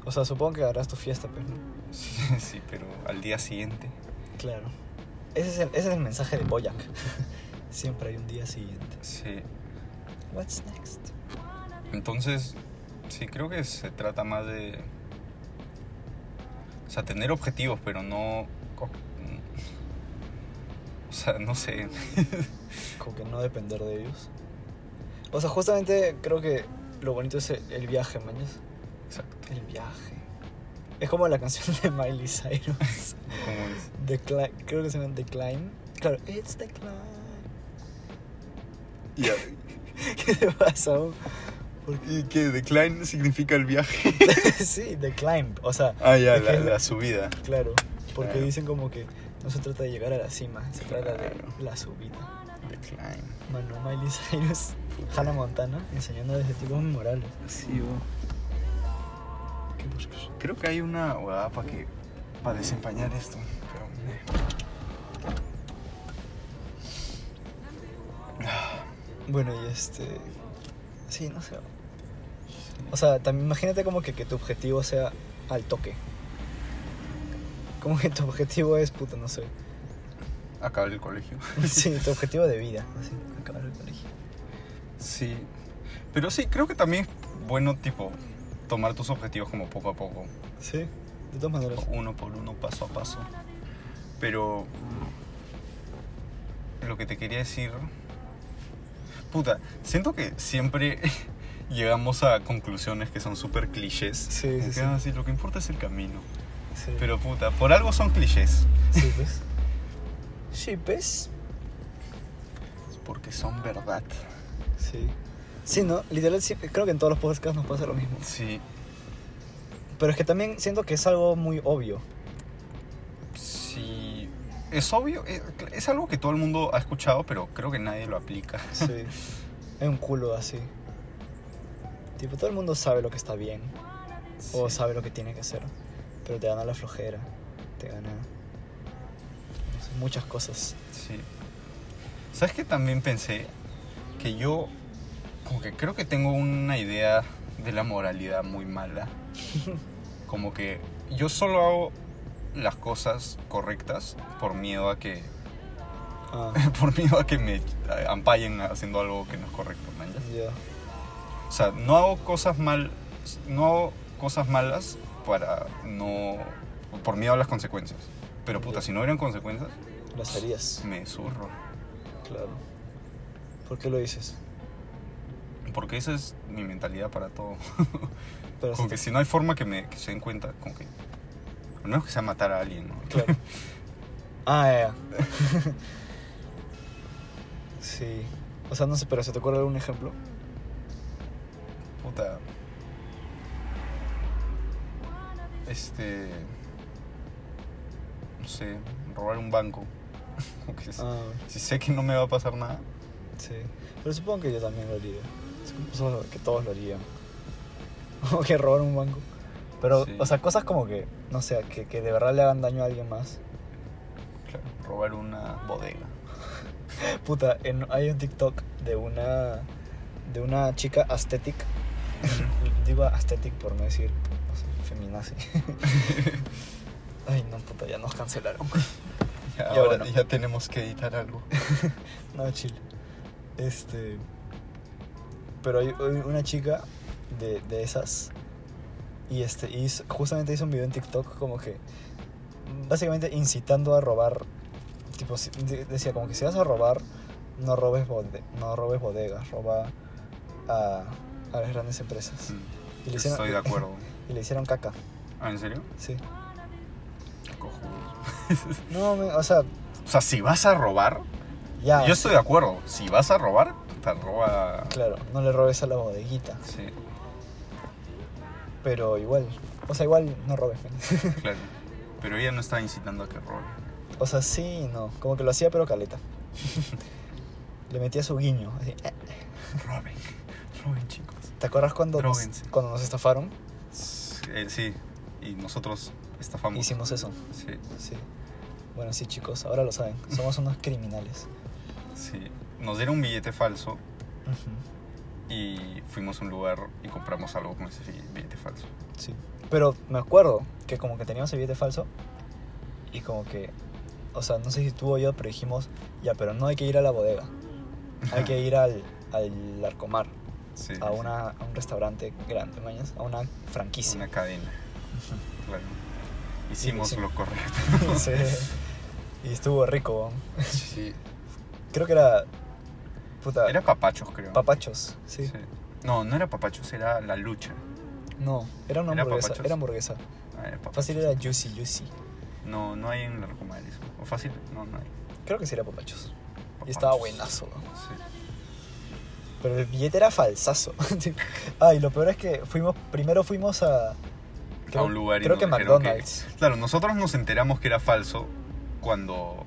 S1: O sea, supongo que harás tu fiesta, pero...
S2: Sí, sí, pero al día siguiente.
S1: Claro. Ese es el, ese es el mensaje de Boyac. Siempre hay un día siguiente.
S2: Sí,
S1: What's next?
S2: Entonces, sí, creo que se trata más de. O sea, tener objetivos, pero no. co- O sea, no sé.
S1: Como que no depender de ellos. O sea, justamente creo que lo bonito es el, el viaje, mañas.
S2: Exacto.
S1: El viaje. Es como la canción de Miley Cyrus.
S2: ¿Cómo es?
S1: The Cli- creo que se llama The Climb. Claro, it's the climb. ¿Qué te pasa? Hugo?
S2: ¿Y que decline significa el viaje?
S1: sí, The Climb. O sea,
S2: Ah, ya,
S1: Es que
S2: la,
S1: es
S2: la
S1: la-
S2: subida.
S1: claro. Porque
S2: Claro.
S1: dicen como que no se trata de llegar a la cima, se trata
S2: Claro.
S1: de la subida.
S2: Decline.
S1: Mano, Miley Cyrus, Hannah Montana, enseñando desde tipos memorables.
S2: Sí,
S1: ¿Qué buscas?
S2: Creo que hay una huevada para que. para desempañar esto. Pero,
S1: Bueno, y este. Sí, no sé. O sea, también imagínate como que, que tu objetivo sea al toque. Como que tu objetivo es, puta, no sé.
S2: Acabar el colegio.
S1: Sí, tu objetivo de vida. Así, acabar el colegio.
S2: Sí. Pero sí, creo que también es bueno, tipo, tomar tus objetivos como poco a poco.
S1: Sí, de todas maneras.
S2: Uno por uno, paso a paso. Pero. Lo que te quería decir. Puta, siento que siempre llegamos a conclusiones que son súper clichés.
S1: Sí,
S2: Como
S1: sí,
S2: que,
S1: sí.
S2: "Ah, sí, Lo que importa es el camino.
S1: Sí,
S2: Pero puta, por algo son clichés.
S1: sí, pues. Sí, pues.
S2: Porque son verdad.
S1: Sí. Sí, ¿no? Literal, sí, creo que en todos los podcasts nos pasa lo mismo.
S2: Sí,
S1: Pero es que también siento que es algo muy obvio.
S2: sí. Es obvio, es, es algo que todo el mundo ha escuchado, pero creo que nadie lo aplica.
S1: Sí. Hay un culo así. Tipo, todo el mundo sabe lo que está bien o
S2: Sí.
S1: sabe lo que tiene que hacer, pero te gana la flojera, te gana no sé, muchas cosas.
S2: Sí. ¿Sabes qué? También pensé que yo, como que creo que tengo una idea de la moralidad muy mala. Como que yo solo hago las cosas correctas por miedo a que,
S1: Ah,
S2: por miedo a que me ampallen haciendo algo que no es correcto, man.
S1: ya.
S2: O sea, no hago cosas mal, no hago cosas malas para no, por miedo a las consecuencias. Pero puta, si no hubieran consecuencias,
S1: Las harías,
S2: me zurro.
S1: claro. ¿Por qué lo dices?
S2: Porque esa es mi mentalidad para todo.
S1: Pero
S2: Como
S1: si
S2: que si no hay forma que, me, que se den cuenta, como que. Al menos que sea matar a alguien, ¿no?
S1: te- claro. Ah, ya. ya. sí. O sea, no sé, pero ¿se te ocurre algún ejemplo?
S2: Puta. Este. No sé, robar un banco. Como que si-
S1: Ah,
S2: Si sé que no me va a pasar nada.
S1: sí. Pero supongo que yo también lo haría. Supongo que todos lo harían. O que robar un banco. Pero,
S2: Sí.
S1: o sea, cosas como que, no sé, que, que de verdad le hagan daño a alguien más.
S2: Claro, robar una bodega.
S1: Puta, en- hay un TikTok de una de una chica aesthetic. Digo aesthetic por no decir, no sé, feminazi. Ay, no, puta, ya nos cancelaron.
S2: Ya,
S1: Ya,
S2: ahora
S1: bueno.
S2: ya tenemos que editar algo.
S1: No, chill. Este. Pero hay hay una chica de, de esas. Y este, hizo- justamente hizo un video en TikTok como que. Básicamente incitando a robar. Tipo, si- de- decía como que si vas a robar, no robes, bode- no robes bodegas, roba a, a las grandes empresas.
S2: Mm,
S1: Y le, hicieron,
S2: Estoy de acuerdo.
S1: y le hicieron caca.
S2: Ah, ¿en serio?
S1: Sí.
S2: Cojudos.
S1: No, me- o sea,
S2: O sea, si vas a robar,
S1: ya.
S2: yo estoy de acuerdo. Si vas a robar, te roba.
S1: Ah, Claro, no le robes a la bodeguita.
S2: Sí,
S1: Pero igual. O sea, igual no robes. men.
S2: claro. Pero ella no está incitando a que robe.
S1: o sea, sí, y no. Como que lo hacía, pero caleta. le metía su guiño. así, eh.
S2: Roben. Roben, chicos.
S1: ¿Te acuerdas cuando nos,
S2: Dróguense.
S1: cuando nos estafaron?
S2: Eh, sí. Y nosotros estafamos.
S1: Hicimos eso.
S2: Sí,
S1: Sí. Bueno, sí, chicos, ahora lo saben. Somos unos criminales.
S2: sí. Nos dieron un billete falso
S1: Ujú,
S2: y fuimos a un lugar y compramos algo con ese fi- billete falso.
S1: Sí. Pero me acuerdo que como que teníamos el billete falso y como que. O sea, no sé si tú o yo, pero dijimos, ya, pero no hay que ir a la bodega. Hay que ir al, al Arcomar,
S2: Sí,
S1: a,
S2: sí,
S1: una, a un restaurante grande, mañas, a una
S2: sí.
S1: franquicia.
S2: Una cadena. Claro. Hicimos
S1: Sí, sí.
S2: lo correcto.
S1: Sí. Y estuvo rico.
S2: Sí.
S1: Creo que era. Puta.
S2: Era papachos, creo.
S1: Papachos, sí.
S2: Sí. No, no era papachos, era la lucha.
S1: No, era una
S2: ¿Era
S1: hamburguesa.
S2: papachos?
S1: Era hamburguesa.
S2: Ah, era papachos.
S1: Fácil era Juicy Juicy.
S2: No, no hay en la Rocumar eso. O fácil, no, no hay.
S1: Creo que sí era papachos.
S2: Papachos.
S1: Y estaba buenazo. ¿no?
S2: Sí.
S1: Pero el billete era falsazo. ah, y lo peor es que fuimos, primero fuimos a...
S2: A un lugar y
S1: Creo
S2: nos
S1: que
S2: dijeron
S1: McDonald's.
S2: Claro, nosotros nos enteramos que era falso cuando,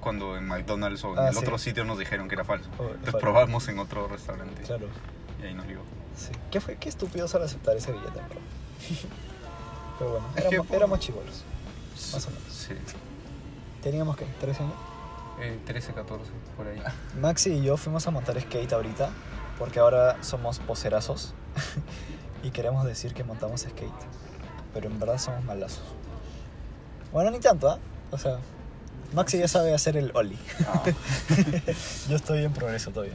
S2: cuando en McDonald's o en
S1: Ah,
S2: el
S1: sí.
S2: otro sitio nos dijeron que era falso.
S1: Oh,
S2: Entonces
S1: fal-
S2: probamos en otro restaurante
S1: Claro,
S2: y ahí nos digo.
S1: sí. ¿Qué fue? Qué estúpidos al aceptar ese billete, en verdad. Pero bueno,
S2: Es que,
S1: éramos,
S2: por-
S1: éramos chibolos. Más o menos.
S2: Sí.
S1: Teníamos, que 13 años.
S2: Eh, 13, 14, por ahí.
S1: Maxi y yo fuimos a montar skate ahorita, porque ahora somos poserazos y queremos decir que montamos skate, pero en verdad somos malazos. Bueno, ni tanto, ¿ah? O sea, Maxi ya sabe hacer el ollie.
S2: Ah,
S1: Yo estoy en progreso todavía.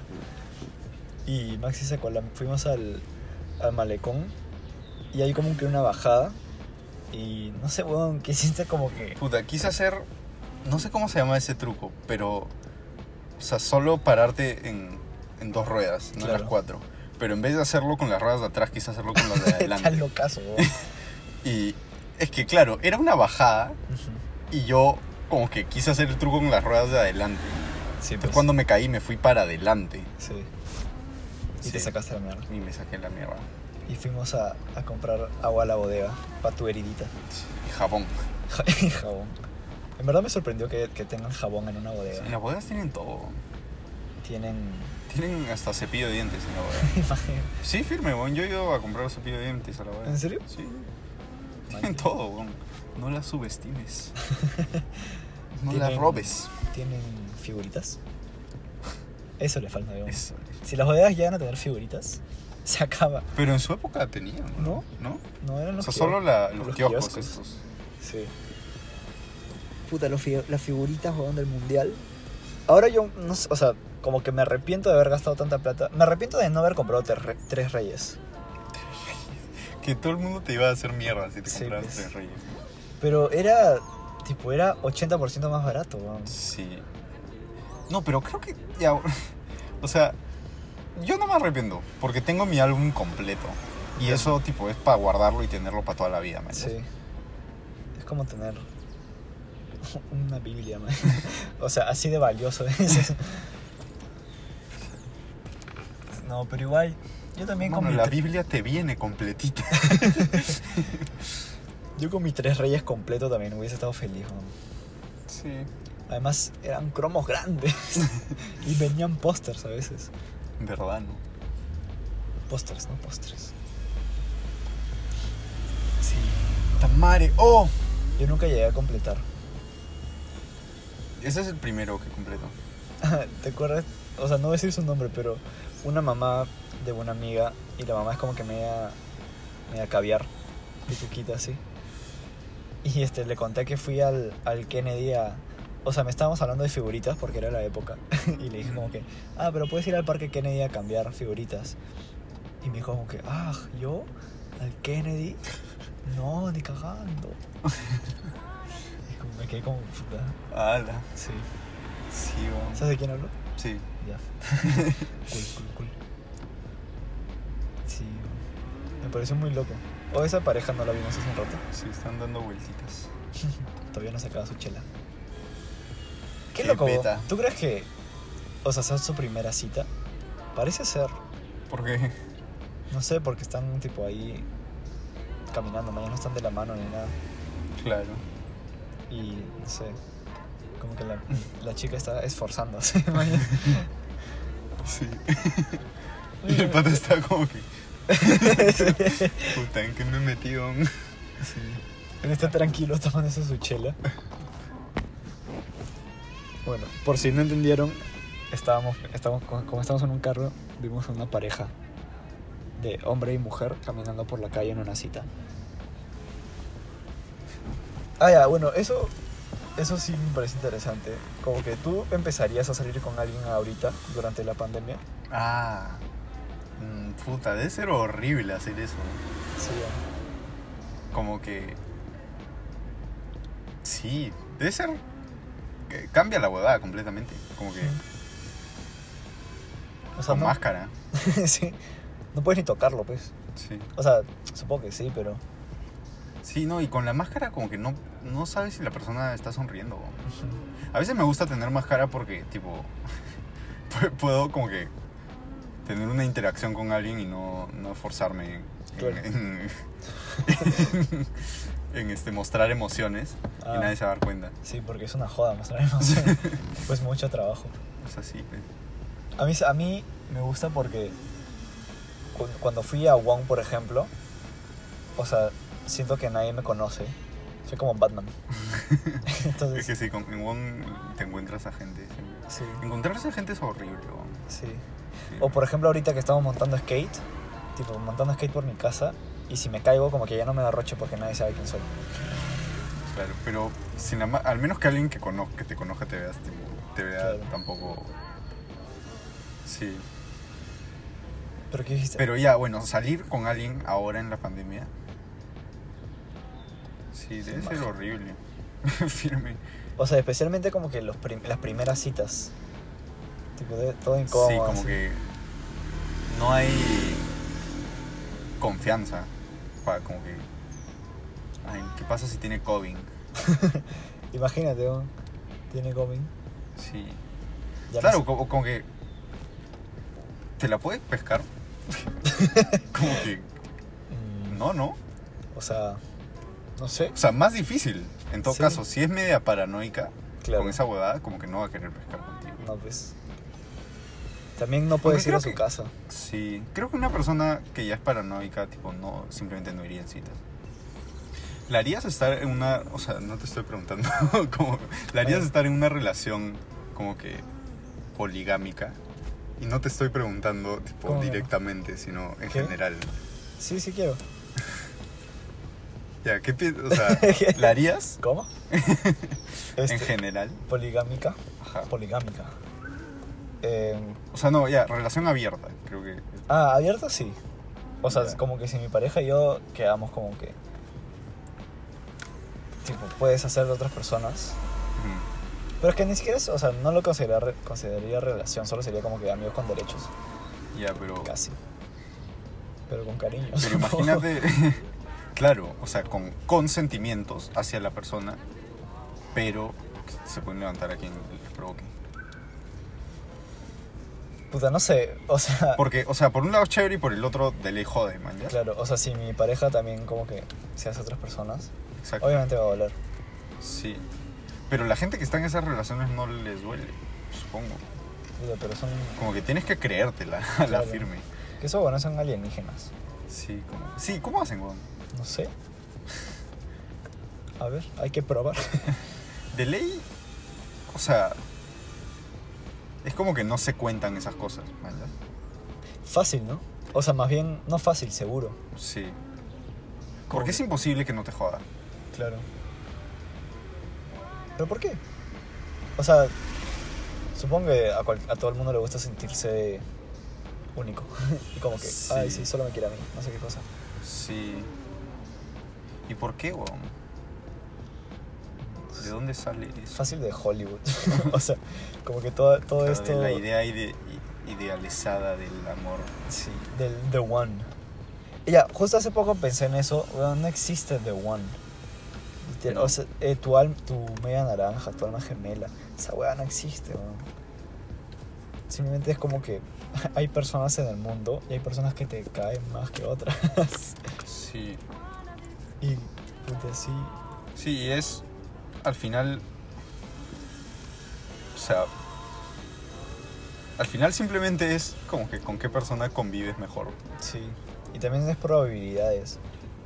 S1: Y Maxi se coló, fuimos al, al malecón y hay como que una bajada y no sé, weón, que hiciste como que...
S2: puta, quise hacer. No sé cómo se llama ese truco, pero. O sea, solo pararte en, en dos ruedas, no en
S1: Claro.
S2: las cuatro. Pero en vez de hacerlo con las ruedas de atrás, quise hacerlo con las de adelante.
S1: Tan locazo, weón.
S2: Y es que, claro, era una bajada
S1: Ujú.
S2: y yo como que quise hacer el truco con las ruedas de adelante.
S1: Sí,
S2: Entonces
S1: pues,
S2: cuando me caí me fui para adelante
S1: Sí. Y
S2: Sí.
S1: te sacaste la mierda.
S2: y me saqué la mierda.
S1: Y fuimos a, a comprar agua a la bodega para tu heridita
S2: Y Jabón.
S1: y jabón. En verdad me sorprendió que, que tengan jabón en una bodega.
S2: En las bodegas tienen todo.
S1: Tienen
S2: Tienen hasta cepillo de dientes en la bodega.
S1: imagen.
S2: Sí, firme, bon. Yo he ido a comprar cepillo de dientes a la bodega.
S1: ¿En serio?
S2: Sí. Tienen todo, bon. No las subestimes. No las
S1: Tienen-
S2: robes.
S1: Tienen figuritas. Eso le falta, digamos.
S2: Eso.
S1: Si las bodegas llegan a tener figuritas, se acaba.
S2: Pero en su época tenían,
S1: ¿No?
S2: ¿no? ¿No?
S1: No eran
S2: O
S1: los
S2: sea,
S1: kios-
S2: solo la- los,
S1: los
S2: kioscos,
S1: kioscos.
S2: estos.
S1: Sí. Puta, los fi- las figuritas jugando del mundial. Ahora yo, no sé, o sea, como que me arrepiento de haber gastado tanta plata. Me arrepiento de no haber comprado ter- tres reyes.
S2: Que todo el mundo te iba a hacer mierda si te
S1: Sí,
S2: comprabas
S1: pues.
S2: tres reyes.
S1: Pero era, tipo, era 80% más barato, weón.
S2: Sí. No, pero creo que ya. O sea, yo no me arrepiento porque tengo mi álbum completo. Y
S1: Ya.
S2: eso, tipo, es para guardarlo y tenerlo para toda la vida, ¿me entiendes?
S1: Sí. Es como tener una Biblia, man. O sea, así de valioso es. No, pero igual, yo también
S2: Mano,
S1: con, mi
S2: la
S1: tre-
S2: Biblia te viene completita.
S1: yo con mis tres reyes completo también hubiese estado feliz, weón.
S2: Sí.
S1: Además, eran cromos grandes. y venían pósters a veces.
S2: ¿Verdad, no?
S1: Pósters, no postres. Sí.
S2: Tamare, oh.
S1: Yo nunca llegué a completar.
S2: Ese es el primero que completo.
S1: ¿Te acuerdas? O sea, no voy a decir su nombre, pero una mamá de una amiga y la mamá es como que media, media caviar, pituquita así. Y este, le conté que fui al, al Kennedy a... O sea, me estábamos hablando de figuritas porque era la época. y le dije como que, ah, pero puedes ir al parque Kennedy a cambiar figuritas. Y me dijo como que, ah, yo al Kennedy. No, ni cagando. y como me quedé como... "Puta".
S2: Ala.
S1: Sí.
S2: Sí, vamos.
S1: ¿Sabes de quién hablo?
S2: Sí.
S1: Ya. cool, cool, cool. Sí. Me pareció muy loco. O esa pareja no la vimos hace un rato.
S2: Sí, están dando vueltitas.
S1: Todavía no sacaba su chela. Qué,
S2: Qué
S1: loco.
S2: beta.
S1: ¿Tú crees que, o sea, sea su primera cita? Parece ser.
S2: ¿Por qué?
S1: No sé, porque están tipo ahí caminando, mañana no están de la mano ni nada.
S2: Claro.
S1: Y no sé, como que la, la chica está esforzándose. maña.
S2: Sí. Y el pata está como que. Puta, ¿en qué me he metido?
S1: Sí. Él está tranquilo tomándose su chela. Bueno, por si no entendieron, estábamos, estábamos, co- como estamos en un carro, vimos una pareja de hombre y mujer caminando por la calle en una cita. Ah, ya, bueno, eso, eso sí me parece interesante. Como que tú empezarías a salir con alguien ahorita durante la pandemia.
S2: Ah. Mm, Puta, debe ser horrible hacer eso.
S1: Sí, ya.
S2: Como que. Sí, debe ser. que Cambia la huevada completamente. Como que.
S1: O sea,
S2: Con
S1: no,
S2: máscara.
S1: sí. no puedes ni tocarlo, pues.
S2: Sí.
S1: O sea, supongo que sí, pero...
S2: Sí, no, y con la máscara como que no, no sabes si la persona está sonriendo. A veces me gusta tener máscara porque, tipo, pu- puedo como que tener una interacción con alguien y no, no forzarme en,
S1: Claro.
S2: en- en, este, mostrar emociones
S1: Ah.
S2: y nadie se va a dar cuenta.
S1: Sí, porque es una joda más o menos. pues mucho trabajo.
S2: O sea, sí, pe.
S1: A mí, a mí me gusta porque cu- cuando fui a Wong, por ejemplo, o sea, siento que nadie me conoce. Soy como Batman.
S2: es que
S1: Entonces,
S2: sí, con, en Wong te encuentras a gente. siempre.
S1: sí,
S2: Encontrarse a gente es horrible. weón.
S1: sí.
S2: Sí.
S1: O por ejemplo, ahorita que estamos montando skate, tipo montando skate por mi casa, y si me caigo, como que ya no me da roche porque nadie sabe quién soy.
S2: Claro, pero sin la ma- al menos que alguien que, conozca, que te conozca te, veas, tipo, te vea
S1: Claro.
S2: tampoco... Sí.
S1: ¿Pero qué dijiste?
S2: Pero ya, bueno, salir con alguien ahora en la pandemia. Sí, debe ser
S1: imagino.
S2: horrible. Firme.
S1: O sea, especialmente como que los prim- las primeras citas. Tipo, de, todo incómodo.
S2: sí, como
S1: así.
S2: que no hay confianza. Para como que. Ay, ¿qué pasa si tiene COVID?
S1: Imagínate, ¿no? tiene COVID.
S2: Sí.
S1: Ya
S2: claro,
S1: no sé.
S2: como, como que. ¿Te la puedes pescar? como que.
S1: Mm,
S2: No, no.
S1: O sea, no sé.
S2: O sea, más difícil. En todo
S1: Sí.
S2: caso, si es media paranoica
S1: Claro.
S2: con esa huevada, como que no va a querer pescar contigo.
S1: No, pues. También no puedes
S2: Aunque
S1: ir a
S2: creo
S1: su casa.
S2: que- Sí, creo que una persona que ya es paranoica, tipo, no, simplemente no iría en citas. ¿La harías estar en una, o sea, no te estoy preguntando, como, ¿la harías
S1: Ah.
S2: estar en una relación como que poligámica? Y no te estoy preguntando, tipo,
S1: ¿Cómo no?
S2: directamente, sino en
S1: ¿Qué?
S2: general.
S1: Sí, sí quiero.
S2: Ya, ¿qué piensas? O sea, ¿la harías
S1: ¿Cómo?
S2: en
S1: Este,
S2: general?
S1: poligámica.
S2: Ajá.
S1: Poligámica. Eh,
S2: O sea, no, ya, relación abierta, creo que.
S1: ah, abierta sí. O sea,
S2: Ya.
S1: es como que si mi pareja y yo quedamos como que. Tipo, puedes hacer de otras personas.
S2: Ujú.
S1: Pero es que ni siquiera es. O sea, no lo considerar- consideraría relación, solo sería como que amigos con derechos.
S2: Ya, pero.
S1: Casi. Pero con cariño.
S2: Pero
S1: supongo.
S2: imagínate, claro, o sea, con consentimientos hacia la persona, pero se pueden levantar a quien les provoque.
S1: Puta, no sé. O sea.
S2: Porque, o sea, por un lado es chévere y por el otro de ley jode, man, ¿ya?
S1: Claro, o sea, si mi pareja también como que se hace otras personas,
S2: Exacto.
S1: obviamente va a doler.
S2: Sí. Pero la gente que está en esas relaciones no les duele, supongo.
S1: Puta, Pero son.
S2: Como que tienes que creértela a la
S1: Claro.
S2: firme.
S1: Que eso, bueno, son alienígenas.
S2: Sí, como... Sí, ¿cómo hacen, weón?
S1: No sé. A ver, hay que probar.
S2: De ley, o sea, es como que no se cuentan esas cosas, man, ¿ya?
S1: Fácil, ¿no? O sea, más bien, no fácil, seguro.
S2: Sí.
S1: Como
S2: Porque
S1: que-
S2: es imposible que no te joda.
S1: Claro. ¿Pero por qué? O sea, supongo que a, cual- a todo el mundo le gusta sentirse único. y como que,
S2: Sí.
S1: ay, sí, solo me quiere a mí, no sé qué cosa.
S2: Sí. ¿Y por qué, weón? ¿De dónde sale
S1: Es
S2: eso?
S1: fácil de Hollywood. o sea, como que todo, todo
S2: Claro, de
S1: esto...
S2: La idea ide- i- idealizada del amor.
S1: Sí, del The One. Ya, justo hace poco pensé en eso. weón, no existe The One. Literal,
S2: No.
S1: O sea, eh, tu, alma, tu media naranja, tu alma gemela. Esa weá no existe, weón. Simplemente es como que hay personas en el mundo y hay personas que te caen más que otras.
S2: Sí,
S1: y puta, sí.
S2: sí, es al final, o sea, al final simplemente es como que con qué persona convives mejor.
S1: Sí. Y también es probabilidades.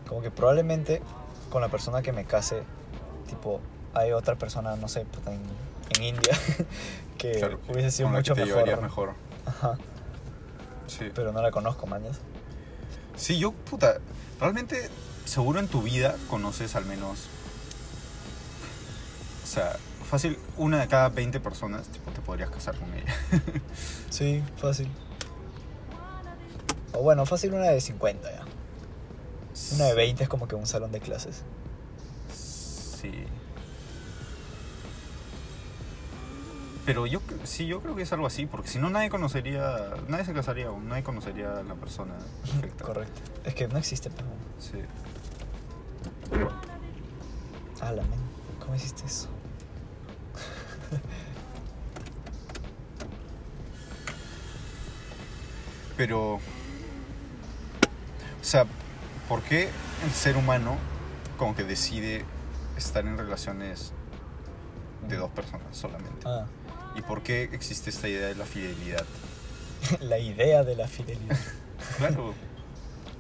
S1: Como que probablemente con la persona que me case, tipo, hay otra persona, no sé, puta, en, en India, que
S2: Claro,
S1: Eh, hubiese sido
S2: con la
S1: mucho
S2: que te
S1: mejor.
S2: llevarías mejor.
S1: Ajá.
S2: Sí.
S1: Pero no la conozco, mañas.
S2: Sí, yo, puta, realmente seguro en tu vida conoces al menos, o sea, fácil, una de cada 20 personas, tipo, te podrías casar con ella.
S1: Sí, fácil. O bueno, fácil una de 50 ya. Una de 20 es como que un salón de clases.
S2: Sí. Pero yo cre- sí, yo creo que es algo así, porque si no nadie conocería, nadie se casaría aún, nadie conocería a la persona perfecta.
S1: Correcto. Es que no existe, pero.
S2: Sí.
S1: Ala, ah, men. ¿Cómo hiciste eso?
S2: Pero, o sea, ¿por qué el ser humano como que decide estar en relaciones de dos personas solamente?
S1: Ah,
S2: ¿Y por qué existe esta idea de la fidelidad?
S1: la idea de la fidelidad.
S2: Claro,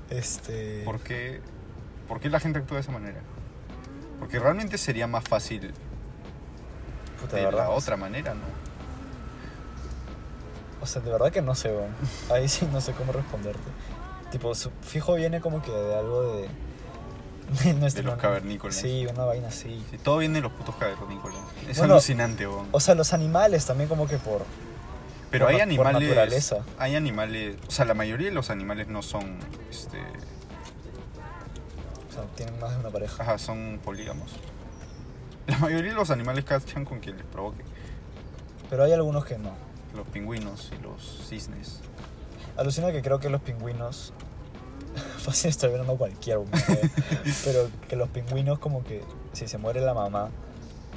S1: Este.
S2: Eh, ¿Por qué, por qué la gente actúa de esa manera? Porque realmente sería más fácil
S1: Puta,
S2: de
S1: verdad.
S2: la otra manera, ¿no?
S1: O sea, de verdad que no sé, weón. Ahí sí no sé cómo responderte. Tipo, su fijo viene como que de algo de. de
S2: De
S1: nuestro-
S2: los cavernícolas.
S1: Este Sí, una vaina así.
S2: Sí, todo viene de los putos cavernícolas. Es
S1: Bueno,
S2: alucinante, weón.
S1: O sea, los animales también como que por.
S2: Pero
S1: por
S2: hay
S1: nat- por
S2: animales.
S1: naturaleza.
S2: Hay animales. O sea, la mayoría de los animales no son. Este,
S1: O sea, tienen más de una pareja.
S2: ajá, son polígamos. La mayoría de los animales cachan con quien les provoque.
S1: Pero hay algunos que no.
S2: Los pingüinos y los cisnes.
S1: Alucina que creo que los pingüinos. Fácil estoy viendo cualquier humanidad, Pero que los pingüinos, como que si se muere la mamá,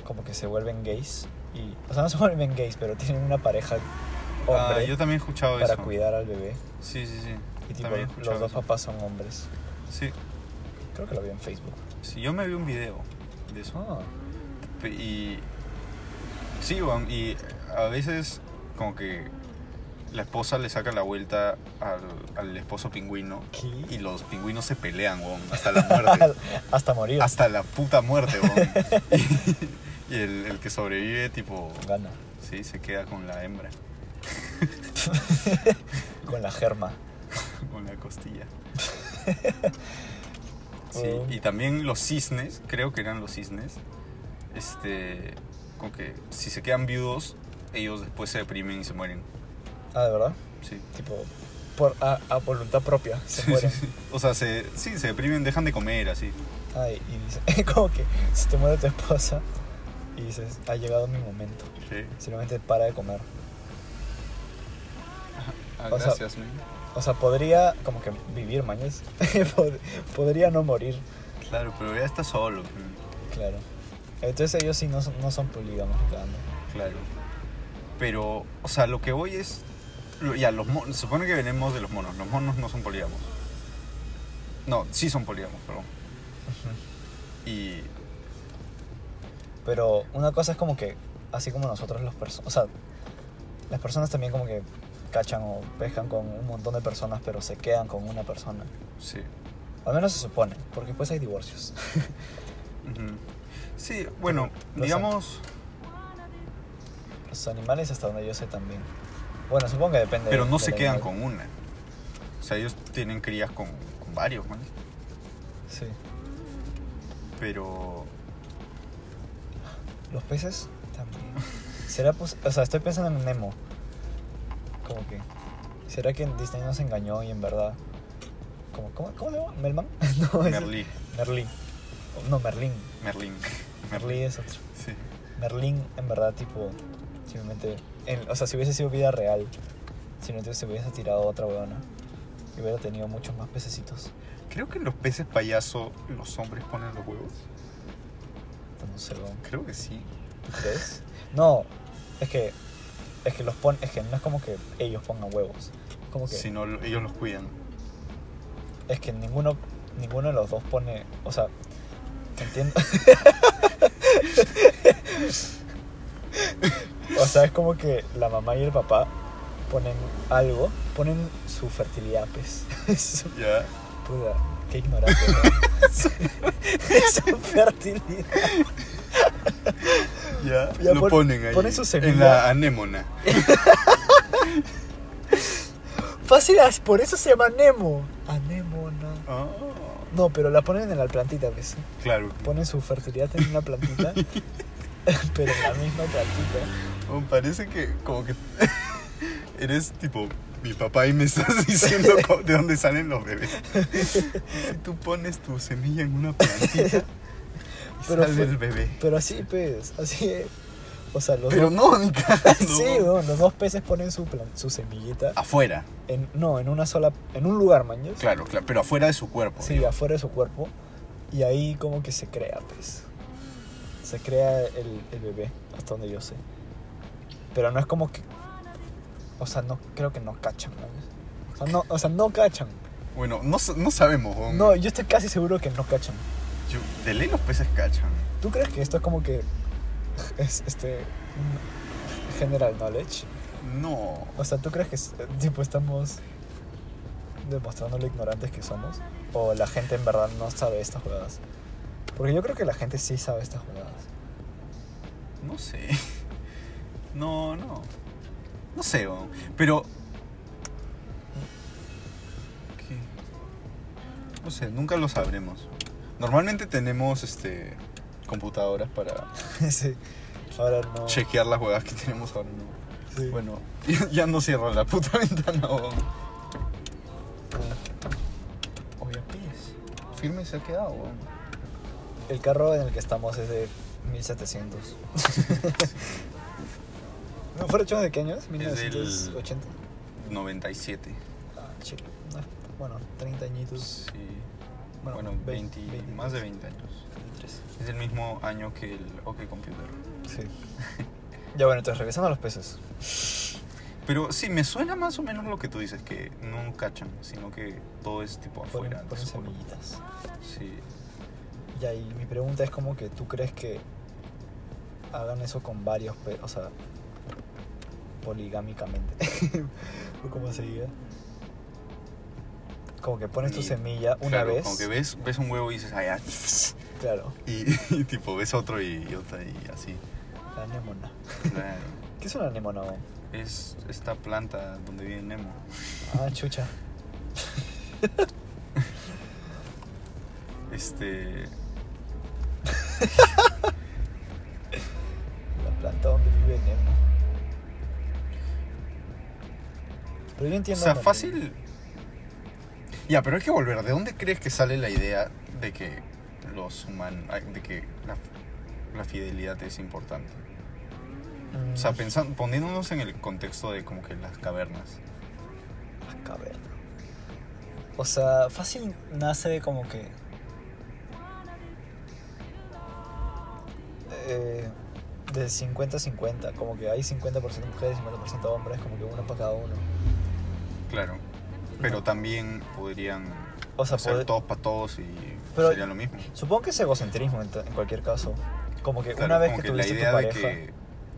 S1: como que se vuelven gays. Y, o sea, no se vuelven gays, pero tienen una pareja
S2: Ah,
S1: hombre
S2: yo también he escuchado
S1: para
S2: eso.
S1: cuidar al bebé.
S2: Sí, sí, sí.
S1: Y tipo,
S2: También he
S1: los
S2: escuchado
S1: dos
S2: eso.
S1: papás son hombres.
S2: Sí.
S1: Creo que lo vi en Facebook.
S2: Sí, yo me vi un video de eso.
S1: Ah,
S2: Pe- Y. Sí, weón, y a veces, como que la esposa le saca la vuelta al, al esposo pingüino y
S1: ¿qué?
S2: los pingüinos se pelean, weón, hasta la muerte.
S1: Hasta morir.
S2: hasta la puta muerte, weón. y el, el que sobrevive, tipo,
S1: Gana.
S2: sí, se queda con la hembra,
S1: Con la germa.
S2: con la costilla. Sí,
S1: Weón.
S2: y también los cisnes, creo que eran los cisnes, este, como que si se quedan viudos, ellos después se deprimen y se mueren.
S1: Ah, de verdad.
S2: Sí.
S1: Tipo, por, a, a voluntad propia. Se
S2: Sí,
S1: mueren.
S2: sí, sí. O sea, se, sí, se deprimen, dejan de comer, así.
S1: Ay, y dice, como que si te muere tu esposa y dices, ha llegado mi momento, simplemente para de comer.
S2: Ah,
S1: O sea- gracias, O sea, podría como que vivir, mañez. Pod- podría no morir,
S2: Claro, pero ya está solo. mm,
S1: claro. Entonces ellos sí no son, no son polígamos, claro, ¿no?
S2: Claro. Pero, o sea, lo que voy es... lo- Ya, los monos... Se supone que venimos de los monos. Los monos no son polígamos. No, sí son polígamos, perdón. Y...
S1: Pero una cosa es como que, así como nosotros los personas, o sea, las personas también como que cachan o pescan con un montón de personas, pero se quedan con una persona.
S2: Sí.
S1: Al menos se supone, porque después hay divorcios.
S2: ujú. Sí, bueno,
S1: Lo
S2: digamos...
S1: Los animales, hasta donde yo sé también. Bueno, supongo que depende.
S2: Pero no
S1: del
S2: se quedan
S1: animal.
S2: con una. O sea, ellos tienen crías con, con varios, man.
S1: Sí.
S2: Pero...
S1: Los peces también. ¿Será pos- O sea, estoy pensando en Nemo. Como que. ¿Será que Disney nos engañó y en verdad. Como, ¿Cómo, cómo se llama? ¿Melman? no, es-
S2: Merlí.
S1: Merlín. No, Merlín.
S2: Merlín.
S1: Merlín es otro.
S2: Sí.
S1: Merlín, en verdad, tipo. Simplemente. en- o sea, si hubiese sido vida real, simplemente se hubiese tirado a otra huevona. y hubiera tenido muchos más pececitos.
S2: Creo que en los peces payaso los hombres ponen los huevos.
S1: No sé, weón.
S2: Creo que sí.
S1: ¿Tú crees? No, es que es que los pon, es que no es como que ellos pongan huevos. Es como que
S2: Si no, lo- ellos los cuidan.
S1: es que ninguno ninguno de los dos pone, o sea, entiendo. o sea, es como que la mamá y el papá ponen algo, ponen su fertilidad, pues. Su-
S2: Ya.
S1: Puta, qué ignorante. ¿no? su fertilidad.
S2: Ya.
S1: Ya
S2: lo
S1: pon-
S2: ponen ahí.
S1: ponen su semilla.
S2: En la anémona.
S1: Fácil, as- por eso se llama Nemo. Anémona.
S2: Ah,
S1: No, pero la ponen en la plantita, ¿ves?
S2: claro.
S1: Ponen su fertilidad en una plantita, pero en la misma plantita.
S2: Oh, parece que como que eres tipo mi papá y me estás diciendo co- de dónde salen los bebés. Si tú pones tu semilla en una plantita y
S1: Pero
S2: sale
S1: fue-
S2: el bebé.
S1: Pero así, pues, así es. O sea, los
S2: Pero
S1: dos...
S2: no, ni cagando.
S1: Sí, weón, los dos peces ponen su, plan- su semillita.
S2: Afuera,
S1: En, no, en una sola... En un lugar, mañas.
S2: claro, claro, pero afuera de su cuerpo.
S1: Sí,
S2: digo.
S1: afuera de su cuerpo. Y ahí como que se crea, pues. Se crea el, el bebé, hasta donde yo sé. Pero no es como que... O sea, no creo que no cachan, ¿no? O sea, no, o sea, no cachan.
S2: Bueno, no, sa- no sabemos. weón.
S1: No, yo estoy casi seguro que no cachan.
S2: Yo- de pues, ley los peces cachan.
S1: ¿Tú crees que esto es como que... Es este... un General knowledge?
S2: No.
S1: O sea, ¿tú crees que es- tipo estamos demostrando lo ignorantes que somos? ¿O la gente en verdad no sabe estas jugadas? Porque yo creo que la gente sí sabe estas jugadas.
S2: No sé. No, no. No sé, weón. pero. ¿Qué? No sé, nunca lo sabremos. Normalmente tenemos este computadoras para
S1: sí. Ahora no.
S2: chequear las huevas que tenemos ahora. ¿no?
S1: Sí.
S2: Bueno, ya no cierra la puta ventana. weón. Oye, ¿qué es? Firme se ha quedado. weón.
S1: El carro en el que estamos es de 1700. ¿No fueron hechos de qué años? 1980.
S2: 97.
S1: Ah, chico. No, Bueno, 30 añitos.
S2: Sí. Pues, Bueno, 20, más de 20 años.
S1: 23.
S2: Es el mismo año que el OK Computer.
S1: Sí. ya bueno, entonces regresando a los peces.
S2: Pero sí, me suena más o menos lo que tú dices, que no cachan, sino que todo es tipo
S1: Ponen,
S2: afuera. de
S1: ponen
S2: su cuerpo.
S1: semillitas.
S2: Sí.
S1: Ya, y mi pregunta es como que tú crees que hagan eso con varios, pe- o sea, poligámicamente, o como se diga. Como que pones tu
S2: Ni-
S1: semilla Ah, una
S2: Claro,
S1: vez,
S2: Como que ves, ves un huevo y dices, allá.
S1: claro,
S2: Y, y tipo, ves otro y, y otra y así.
S1: la anémona.
S2: Claro.
S1: ¿Qué es una anémona? bo?
S2: Es esta planta donde vive Nemo.
S1: Ah, chucha.
S2: Este.
S1: La planta donde vive Nemo. Pero yo
S2: O
S1: entiendo...
S2: sea,
S1: donde-
S2: fácil. Ya, pero hay que volver. ¿De dónde crees que sale la idea de que los humanos. de que la, la fidelidad es importante?
S1: Mm,
S2: O sea, pensando, poniéndonos en el contexto de como que las cavernas.
S1: La caverna. Ah, O sea, fácil nace de como que. eh, de 50-50. Como que hay 50% mujeres, 50% hombres, como que uno para cada uno.
S2: Claro. Pero también podrían
S1: O sea,
S2: ser
S1: poder-
S2: todos para todos y
S1: Pero-
S2: sería lo mismo.
S1: supongo que es egocentrismo en, to- en cualquier caso. Como que
S2: Claro,
S1: una vez
S2: como
S1: que
S2: la
S1: tuviste
S2: idea
S1: tu
S2: de
S1: pareja.
S2: que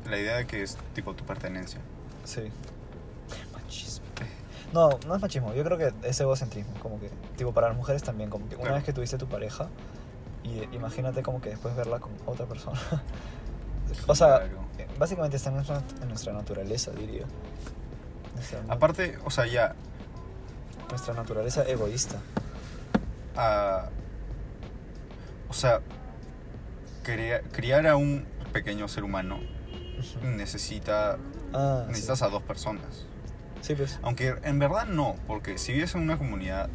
S2: la idea de que es tipo tu pertenencia.
S1: Sí. Machismo. No, no es machismo. Yo creo que es egocentrismo. Como que, tipo, para las mujeres también. Como que una
S2: Claro.
S1: vez que tuviste tu pareja, y eh, imagínate como que después verla con otra persona. o sea,
S2: Claro.
S1: eh, básicamente está en nuestra, en nuestra naturaleza, diría. Nuestra, na-
S2: aparte, o sea, ya
S1: nuestra naturaleza egoísta.
S2: a- o sea, crea- criar a un pequeño ser humano necesita
S1: ah, sí.
S2: Mm, necesitas a dos personas.
S1: Sí, pues.
S2: Aunque en verdad no, porque si vives en una comunidad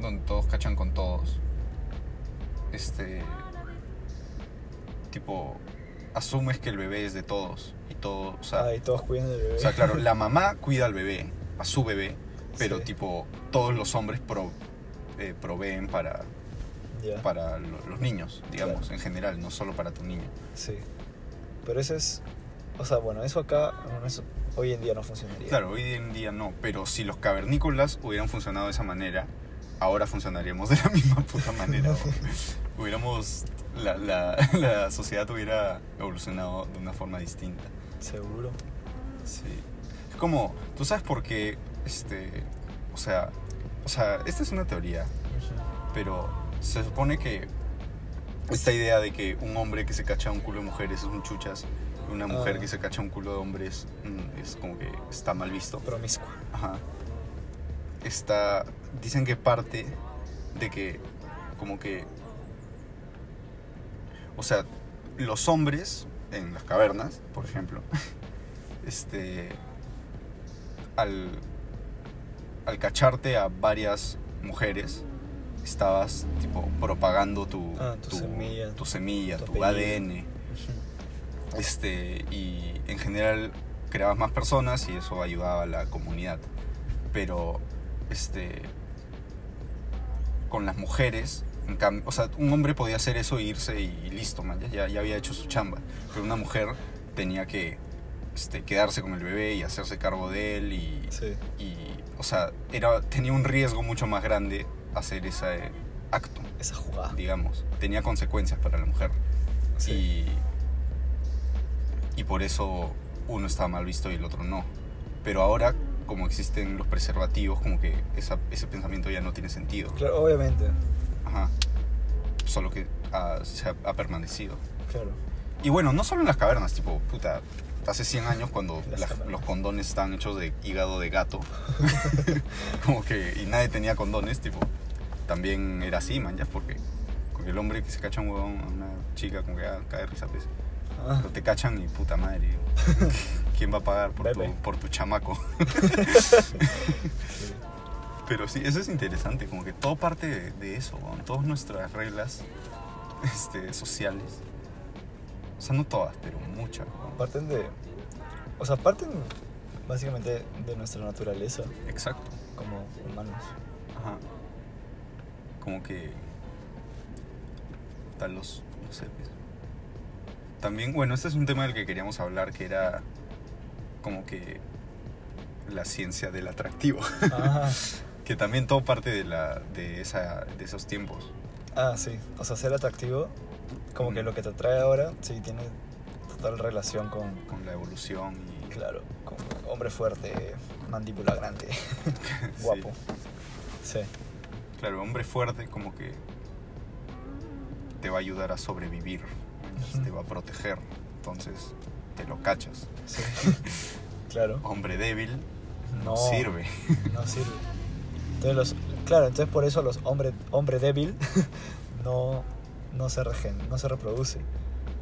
S2: donde todos cachan con todos, este. Tipo, asumes que el bebé es de todos y todo, o sea.
S1: Ah, y todos cuidan del bebé.
S2: O sea, claro, la mamá cuida al bebé, a su bebé, pero
S1: Sí.
S2: tipo, todos los hombres pro- eh, proveen para,
S1: Ya.
S2: para lo- los niños, digamos,
S1: Claro.
S2: en general, no solo para tu niño.
S1: Sí. Pero eso es. O sea, bueno, eso acá bueno, eso hoy en día no funcionaría.
S2: Claro, hoy en día no, pero si los cavernícolas hubieran funcionado de esa manera, ahora funcionaríamos de la misma puta manera. o- Hubiéramos, la, la- la sociedad hubiera evolucionado de una forma distinta.
S1: Seguro.
S2: Sí. Es como, tú sabes por qué, este, o sea, o sea, esta es una teoría,
S1: Ujú.
S2: pero se supone que esta idea de que un hombre que se cacha un culo de mujeres es un chuchas, y una mujer
S1: Ah.
S2: que se cacha un culo de hombres mm, es como que está mal visto.
S1: Promiscua.
S2: Ajá. Está. Dicen que parte de que. Como que. O sea, los hombres en las cavernas, por ejemplo. Este. Al. Al cacharte a varias mujeres. Estabas, tipo, propagando tu.
S1: Ah, tu semilla.
S2: Tu semilla,
S1: Tu
S2: tu,
S1: apellido.
S2: ADN.
S1: Ujú.
S2: Este, y en general creabas más personas y eso ayudaba a la comunidad. Pero, este, con las mujeres, en cam- o sea, un hombre podía hacer eso e irse y, listo, man, ya- ya, ya había hecho su chamba. Pero una mujer tenía que este, quedarse con el bebé y hacerse cargo de él y,
S1: Sí.
S2: y, o sea, era, tenía un riesgo mucho más grande hacer ese eh, acto,
S1: Esa jugada.
S2: digamos. Tenía consecuencias para la mujer.
S1: Sí.
S2: Y, y por eso uno está mal visto y el otro no. Pero ahora, como existen los preservativos, como que esa- ese pensamiento ya no tiene sentido.
S1: Claro, obviamente.
S2: Ajá. Solo que ah, se ha, ha permanecido.
S1: Claro.
S2: Y bueno, no solo en las cavernas, tipo, puta, hace 100 años cuando
S1: Las
S2: las-
S1: cavernas.
S2: los condones estaban hechos de hígado de gato, como que, y nadie tenía condones, tipo, también era así, man, ya, porque, porque el hombre que se cacha un huevón a una chica, como que ah, cae de risa, pues.
S1: Ah,
S2: Pero te cachan y puta madre. ¿Quién va a pagar por, tu,
S1: Bebe.
S2: por tu chamaco?
S1: sí.
S2: Pero sí, eso es interesante, como que todo parte de, de eso, weón. todas nuestras reglas este, sociales. O sea, no todas, pero muchas. weón.
S1: Parten de. O sea, parten básicamente de nuestra naturaleza
S2: Exacto.
S1: como humanos.
S2: Ajá. Como que. Tal los. No sé. pues. También, bueno, este es un tema del que queríamos hablar, que era como que la ciencia del atractivo.
S1: Ah,
S2: Que también todo parte de, la, de, esa, de esos tiempos.
S1: ah, sí. O sea, ser atractivo, como que
S2: Mm.
S1: lo que te atrae ahora, sí, tiene total relación con.
S2: Con la evolución y...
S1: Claro, con hombre fuerte, mandíbula grande,
S2: sí.
S1: guapo. Sí,
S2: Claro, hombre fuerte como que te va a ayudar a sobrevivir.
S1: Ujú.
S2: Te va a proteger. Entonces te lo cachas.
S1: sí. claro.
S2: Hombre débil
S1: No
S2: sirve.
S1: No sirve. Entonces los, claro, entonces por eso los hombre, hombre débil no, no, se regen, no se reproduce.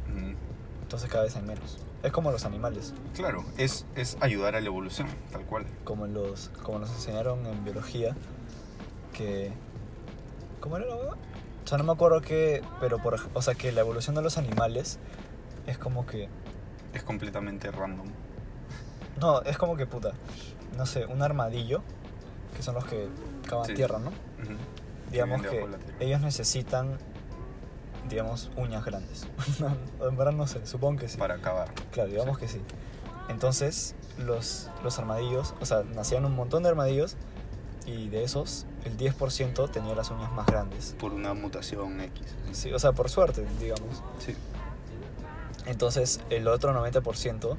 S2: Mm,
S1: Entonces cada vez hay menos. Es como los animales,
S2: Claro, es, es ayudar a la evolución, tal cual.
S1: como los como nos enseñaron en biología que ¿cómo era la huevada? O sea, no me acuerdo que, pero por, ej- o sea, que la evolución de los animales es como que
S2: Es completamente random.
S1: no, es como que puta, no sé, un armadillo que son los que cavan
S2: Sí.
S1: tierra, ¿no?
S2: Ujú.
S1: digamos
S2: viven
S1: que
S2: debajo de la tierra.
S1: ellos necesitan digamos uñas grandes No, en verdad no sé supongo que sí
S2: Para acabar.
S1: claro digamos que sí entonces los, los armadillos o sea nacían un montón de armadillos y de esos el 10% tenía las uñas más grandes
S2: Por una mutación X.
S1: sí, o sea por suerte digamos
S2: Sí.
S1: entonces el otro 90%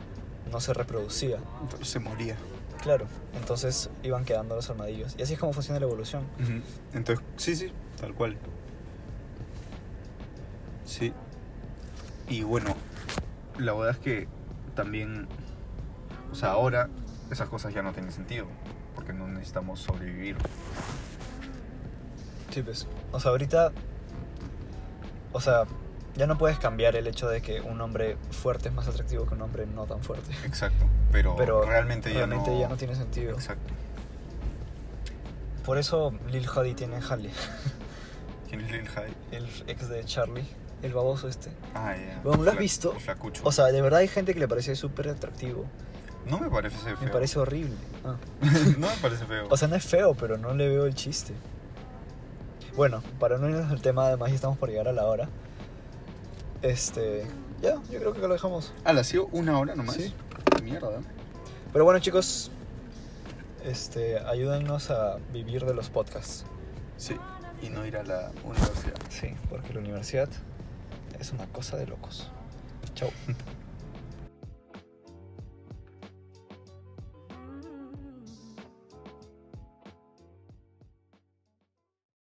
S1: no se reproducía
S2: Entonces se moría.
S1: claro entonces iban quedando los armadillos y así es como funciona la evolución
S2: Ujú. Entonces, sí, sí, tal cual. Sí. Y bueno, la verdad es que también, o sea, ahora esas cosas ya no tienen sentido, porque no necesitamos sobrevivir.
S1: Sí, pues. O sea, ahorita. O sea, ya no puedes cambiar el hecho de que un hombre fuerte es más atractivo que un hombre no tan fuerte.
S2: Exacto, pero,
S1: Pero
S2: realmente,
S1: Realmente
S2: ya no...
S1: ya no tiene sentido.
S2: Exacto.
S1: Por eso Lil Huddy tiene jale.
S2: ¿Quién es Lil Hyde?
S1: El ex de Charlie, el baboso este.
S2: Ah, ya.
S1: Bueno, ¿lo has
S2: Fla-
S1: visto?
S2: Flacucho.
S1: O sea, de verdad hay gente que le parece súper atractivo.
S2: No me parece feo.
S1: Me parece horrible. Ah.
S2: no me parece feo.
S1: O sea, no es feo, pero no le veo el chiste. Bueno, para no irnos al tema, además ya estamos por llegar a la hora. Este, ya, yo creo que acá lo dejamos.
S2: Ah, ¿la ha sido una hora nomás?
S1: Sí.
S2: Mierda.
S1: Pero bueno, chicos, este, ayúdennos a vivir de los podcasts.
S2: Sí. Y no ir a la universidad.
S1: Sí, porque la universidad es una cosa de locos. Chau.